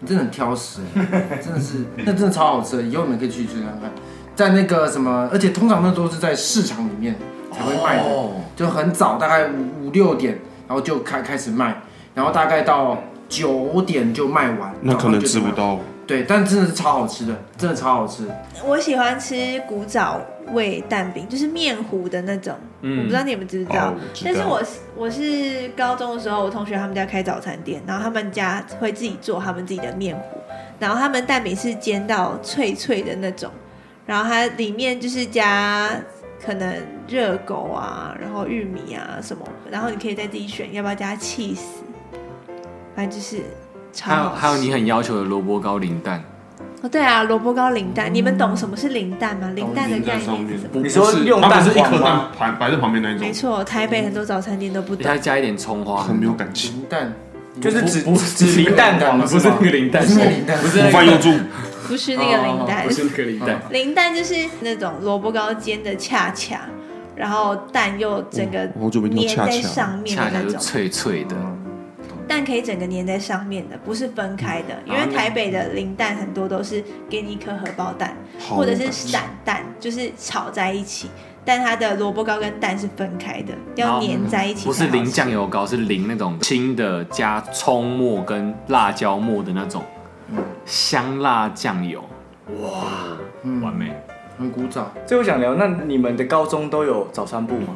Speaker 4: 你真的很挑食，欸 真的是，那真的超好吃的，以后你们可以去吃看看。在那个什么，而且通常那都是在市场里面才会卖的，
Speaker 5: 哦
Speaker 4: 就很早，大概五五六点，然后就开开始卖，然后大概到九点就卖完。
Speaker 2: 那可能吃不
Speaker 4: 早上就卖完。
Speaker 2: 到。
Speaker 4: 对，但真的是超好吃的，真的超好吃。
Speaker 1: 我喜欢吃古早味蛋饼，就是面糊的那种。我不知道你们知不知道，
Speaker 2: 哦我知道
Speaker 1: 但是我是我是高中的时候，我同学他们家开早餐店，然后他们家会自己做他们自己的面糊，然后他们蛋饼是煎到脆脆的那种，然后它里面就是加可能热狗啊，然后玉米啊什么，然后你可以再自己选要不要加 cheese，反正就是超
Speaker 3: 还有
Speaker 1: 好吃。
Speaker 3: 还有你很要求的萝卜糕零蛋，
Speaker 1: 哦，对啊，萝卜糕零蛋，你们懂什么是零蛋吗？零哦蛋的概
Speaker 2: 上
Speaker 1: 念
Speaker 2: 面
Speaker 1: 是什么？
Speaker 5: 你说
Speaker 3: 不是
Speaker 5: 用
Speaker 2: 它
Speaker 5: 蛋
Speaker 2: 不是一
Speaker 5: 黄
Speaker 2: 颗
Speaker 5: 吗？
Speaker 2: 蛋盘摆在旁边那一
Speaker 1: 没
Speaker 2: 种，
Speaker 1: 错，台北很多早餐店都不懂
Speaker 3: 再。加一点葱花，
Speaker 2: 很没有感情。
Speaker 5: 嗯
Speaker 4: 零蛋，
Speaker 5: 就是指
Speaker 3: 不是
Speaker 5: 指零蛋黄，
Speaker 3: 不是那个零蛋
Speaker 4: 不是零蛋，不
Speaker 2: 午饭又住，
Speaker 1: 哦不是那个零蛋，
Speaker 3: 哦那个零蛋，
Speaker 1: 零蛋就是那种萝卜糕煎的恰恰，然后蛋又整个
Speaker 2: 我好久没听
Speaker 1: 粘
Speaker 2: 到恰恰
Speaker 1: 在上面
Speaker 3: 恰
Speaker 1: 的
Speaker 3: 恰
Speaker 1: 那
Speaker 3: 就是
Speaker 1: 种，
Speaker 3: 脆脆的，
Speaker 1: 蛋可以整个粘在上面的，不是分开的。因
Speaker 3: 嗯
Speaker 1: 为台北的零蛋很多都是给你一颗荷包蛋，
Speaker 2: 好
Speaker 1: 或者是散蛋，就是炒在一起，但它的萝卜糕跟蛋是分开的，要粘在一起才
Speaker 3: 哦嗯不
Speaker 1: 好吃。
Speaker 3: 是淋酱油膏，是淋那种清的加葱末跟辣椒末的那种
Speaker 1: 嗯
Speaker 3: 香辣酱油，
Speaker 1: 嗯
Speaker 3: 哇，完美！
Speaker 4: 很古早。
Speaker 5: 所以我想聊，那你们的高中都有早餐部吗？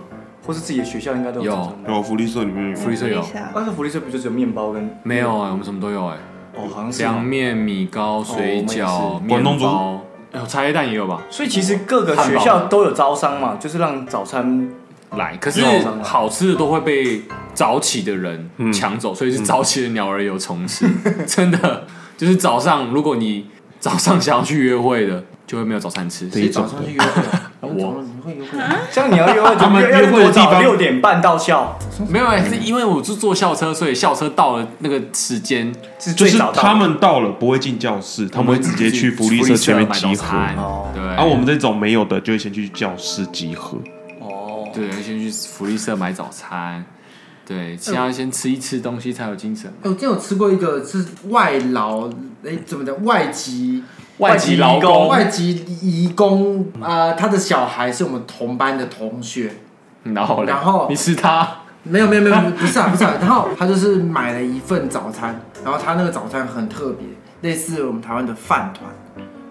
Speaker 5: 或是自己的学校应该都有早餐部？
Speaker 2: 然后啊福利社里面有
Speaker 3: 福利社有
Speaker 1: 啊
Speaker 5: 但是福利社不就只有面包跟
Speaker 3: 没有哎？我们什么都有哎，
Speaker 5: 哦，好像是哦
Speaker 3: 凉面、米糕、
Speaker 1: 哦
Speaker 3: 水
Speaker 5: 我
Speaker 3: 饺、
Speaker 2: 们也是
Speaker 3: 面包，哎呦茶叶蛋也有吧？
Speaker 5: 所以其实各个学校都有招商嘛，就是让早餐
Speaker 3: 来，可是
Speaker 5: 早上来
Speaker 3: 好吃的都会被早起的人抢走，所以是早起的鸟儿有虫吃， 真的就是早上，如果你早上想要去约会的，就会没有早餐吃。
Speaker 4: 谁早上去约 会啊？你早上你会约会吗？
Speaker 5: 像你要约会，
Speaker 2: 他们
Speaker 5: 要
Speaker 2: 约会的地方
Speaker 5: 要多早六点半到校
Speaker 3: 没有，是因为我是坐校车，所以校车到了那个时间，
Speaker 5: 是
Speaker 2: 就
Speaker 5: 最
Speaker 2: 是
Speaker 5: 早到的
Speaker 2: 他们到了不会进教室，他们会直接去福利社前面集合。
Speaker 3: 买
Speaker 2: 而、
Speaker 3: 早餐对，
Speaker 2: 啊、我们这种没有的，就会先去教室集合。
Speaker 5: 哦，
Speaker 3: 对先去福利社买早餐，对，先要先吃一吃东西才有精神。
Speaker 4: 哎，我之前有吃过一个是外劳，哎，怎么讲？外籍
Speaker 5: 外籍劳工
Speaker 4: 外籍移工，呃，他的小孩是我们同班的同学，
Speaker 3: 然后嘞，
Speaker 4: 然后
Speaker 3: 你吃它，
Speaker 4: 没有没有没有，不是啊不是啊，然后他就是买了一份早餐，然后他那个早餐很特别，类似我们台湾的饭团，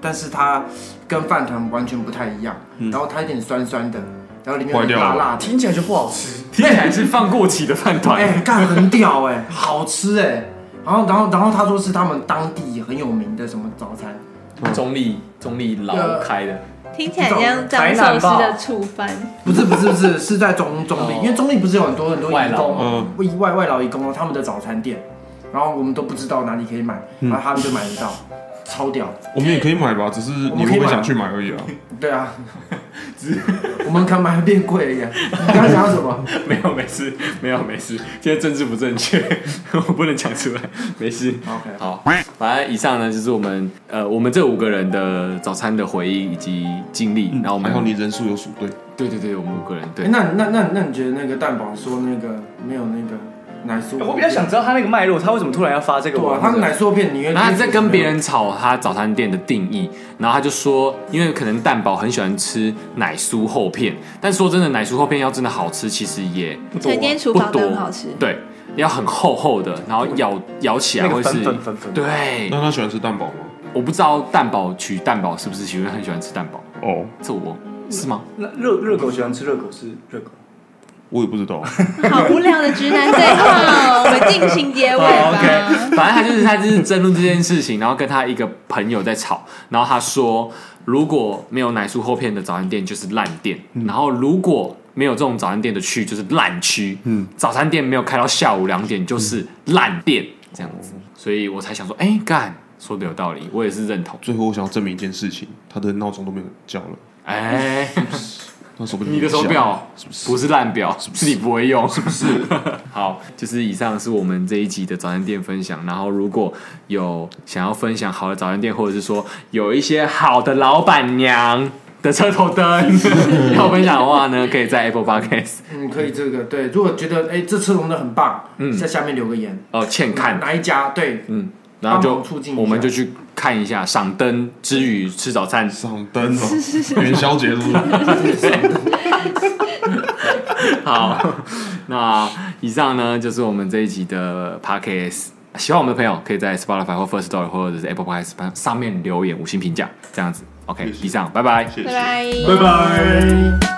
Speaker 4: 但是它跟饭团完全不太一样，
Speaker 5: 嗯
Speaker 4: 然后它有点酸酸的，然后里面
Speaker 2: 坏
Speaker 4: 有
Speaker 2: 掉
Speaker 4: 点
Speaker 2: 了
Speaker 4: 辣辣的，
Speaker 5: 听起来就不好吃。
Speaker 3: 听起来是放过期的饭团。
Speaker 4: 哎，干很屌哎，好吃哎。然后，然后，然后他说是他们当地很有名的什么早餐，
Speaker 5: 嗯
Speaker 3: 中立中立老开的，
Speaker 1: 听起来像张寿司的醋饭，
Speaker 4: 不是不是 不是，是在中中立，因为中立不是有很多很多
Speaker 3: 哦外
Speaker 4: 义
Speaker 3: 劳
Speaker 4: 工，
Speaker 2: 嗯
Speaker 4: 外外外劳义工他们的早餐店，然后我们都不知道哪里可以买，
Speaker 5: 嗯
Speaker 4: 然后他们就买得到，超屌。
Speaker 2: 我们也可以买吧，只是
Speaker 4: 我
Speaker 2: 你
Speaker 4: 们
Speaker 2: 会
Speaker 4: 可以
Speaker 2: 不会
Speaker 4: 买
Speaker 2: 想去买而已啊。
Speaker 4: 对 啊，我们可能买的变贵了一点。你刚刚讲什么？
Speaker 3: 没有没事，没有没事，现在政治不正确， 我不能讲出来，没事。
Speaker 4: OK
Speaker 3: 好，反正以上呢就是我们呃我们这五个人的早餐的回忆以及经
Speaker 5: 嗯
Speaker 3: 历，然后我们哎
Speaker 2: 还好你人数有数对，
Speaker 3: 对对对，我们五个人对
Speaker 4: 诶。那那那那你觉得那个蛋堡说那个没有那个奶酥？
Speaker 5: 哎我比较想知道他那个脉络，他为什么突然要发这个
Speaker 4: 对啊
Speaker 5: 文？，
Speaker 4: 他奶酥片，你会
Speaker 3: 然后他在啊跟别人吵他早餐店的定义，然后他就说，因为可能蛋堡很喜欢吃奶酥厚片，但说真的，奶酥厚片要真的好吃，其实也不多
Speaker 1: 晨间厨房灯好吃
Speaker 3: 对，要很厚厚的，然后咬咬起来
Speaker 5: 那
Speaker 3: 会
Speaker 5: 个
Speaker 3: 是
Speaker 5: 粉粉粉粉，
Speaker 3: 对
Speaker 2: 那，他喜欢吃蛋堡吗？
Speaker 3: 我不知道蛋堡取蛋堡是不是喜欢很喜欢吃蛋堡，
Speaker 2: 哦，
Speaker 3: 这我是吗？
Speaker 5: 那热热狗喜欢吃热狗是热狗。
Speaker 2: 我也不知道。啊
Speaker 1: 好无聊的直男对话哦，我们进行结尾
Speaker 3: 哦
Speaker 1: 吧。
Speaker 3: 反正他就是他就是争论这件事情，然后跟他一个朋友在吵，然后他说如果没有奶酥厚片的早餐店就是烂店，然后如果没有这种早餐店的区就是烂区，嗯，早餐店没有开到下午两点就是烂店这样子，所以我才想说，哎、干说的有道理，我也是认同，
Speaker 2: 最后我想要证明一件事情，他的闹钟都没有叫了，
Speaker 3: 哎、
Speaker 2: 那手表
Speaker 3: 你的手表
Speaker 2: 是不是？
Speaker 3: 不是烂表，是你不会用，是不 是？好，就是以上是我们这一集的早餐店分享。然后如果有想要分享好的早餐店，或者是说有一些好的老板娘的车头 灯要分享的话呢，可以在 Apple Podcast
Speaker 4: 嗯，可以这个对。如果觉得哎这次龙的很棒，
Speaker 3: 嗯
Speaker 4: 在下面留个言，
Speaker 3: 哦欠看，
Speaker 4: 哪一家对
Speaker 3: 嗯，然后
Speaker 4: 帮忙促
Speaker 3: 就
Speaker 4: 进一下
Speaker 3: 我们就去看一下赏灯之余吃早餐。
Speaker 2: 上灯 哦，元宵节是不是？
Speaker 3: 好，那以上呢就是我们这一集的 podcast。喜欢我们的朋友，可以在 Spotify 或 First Story 或者是 Apple Podcast 上面留言五星评价，这样子。OK，以上，拜拜。
Speaker 1: 拜拜。
Speaker 5: 拜。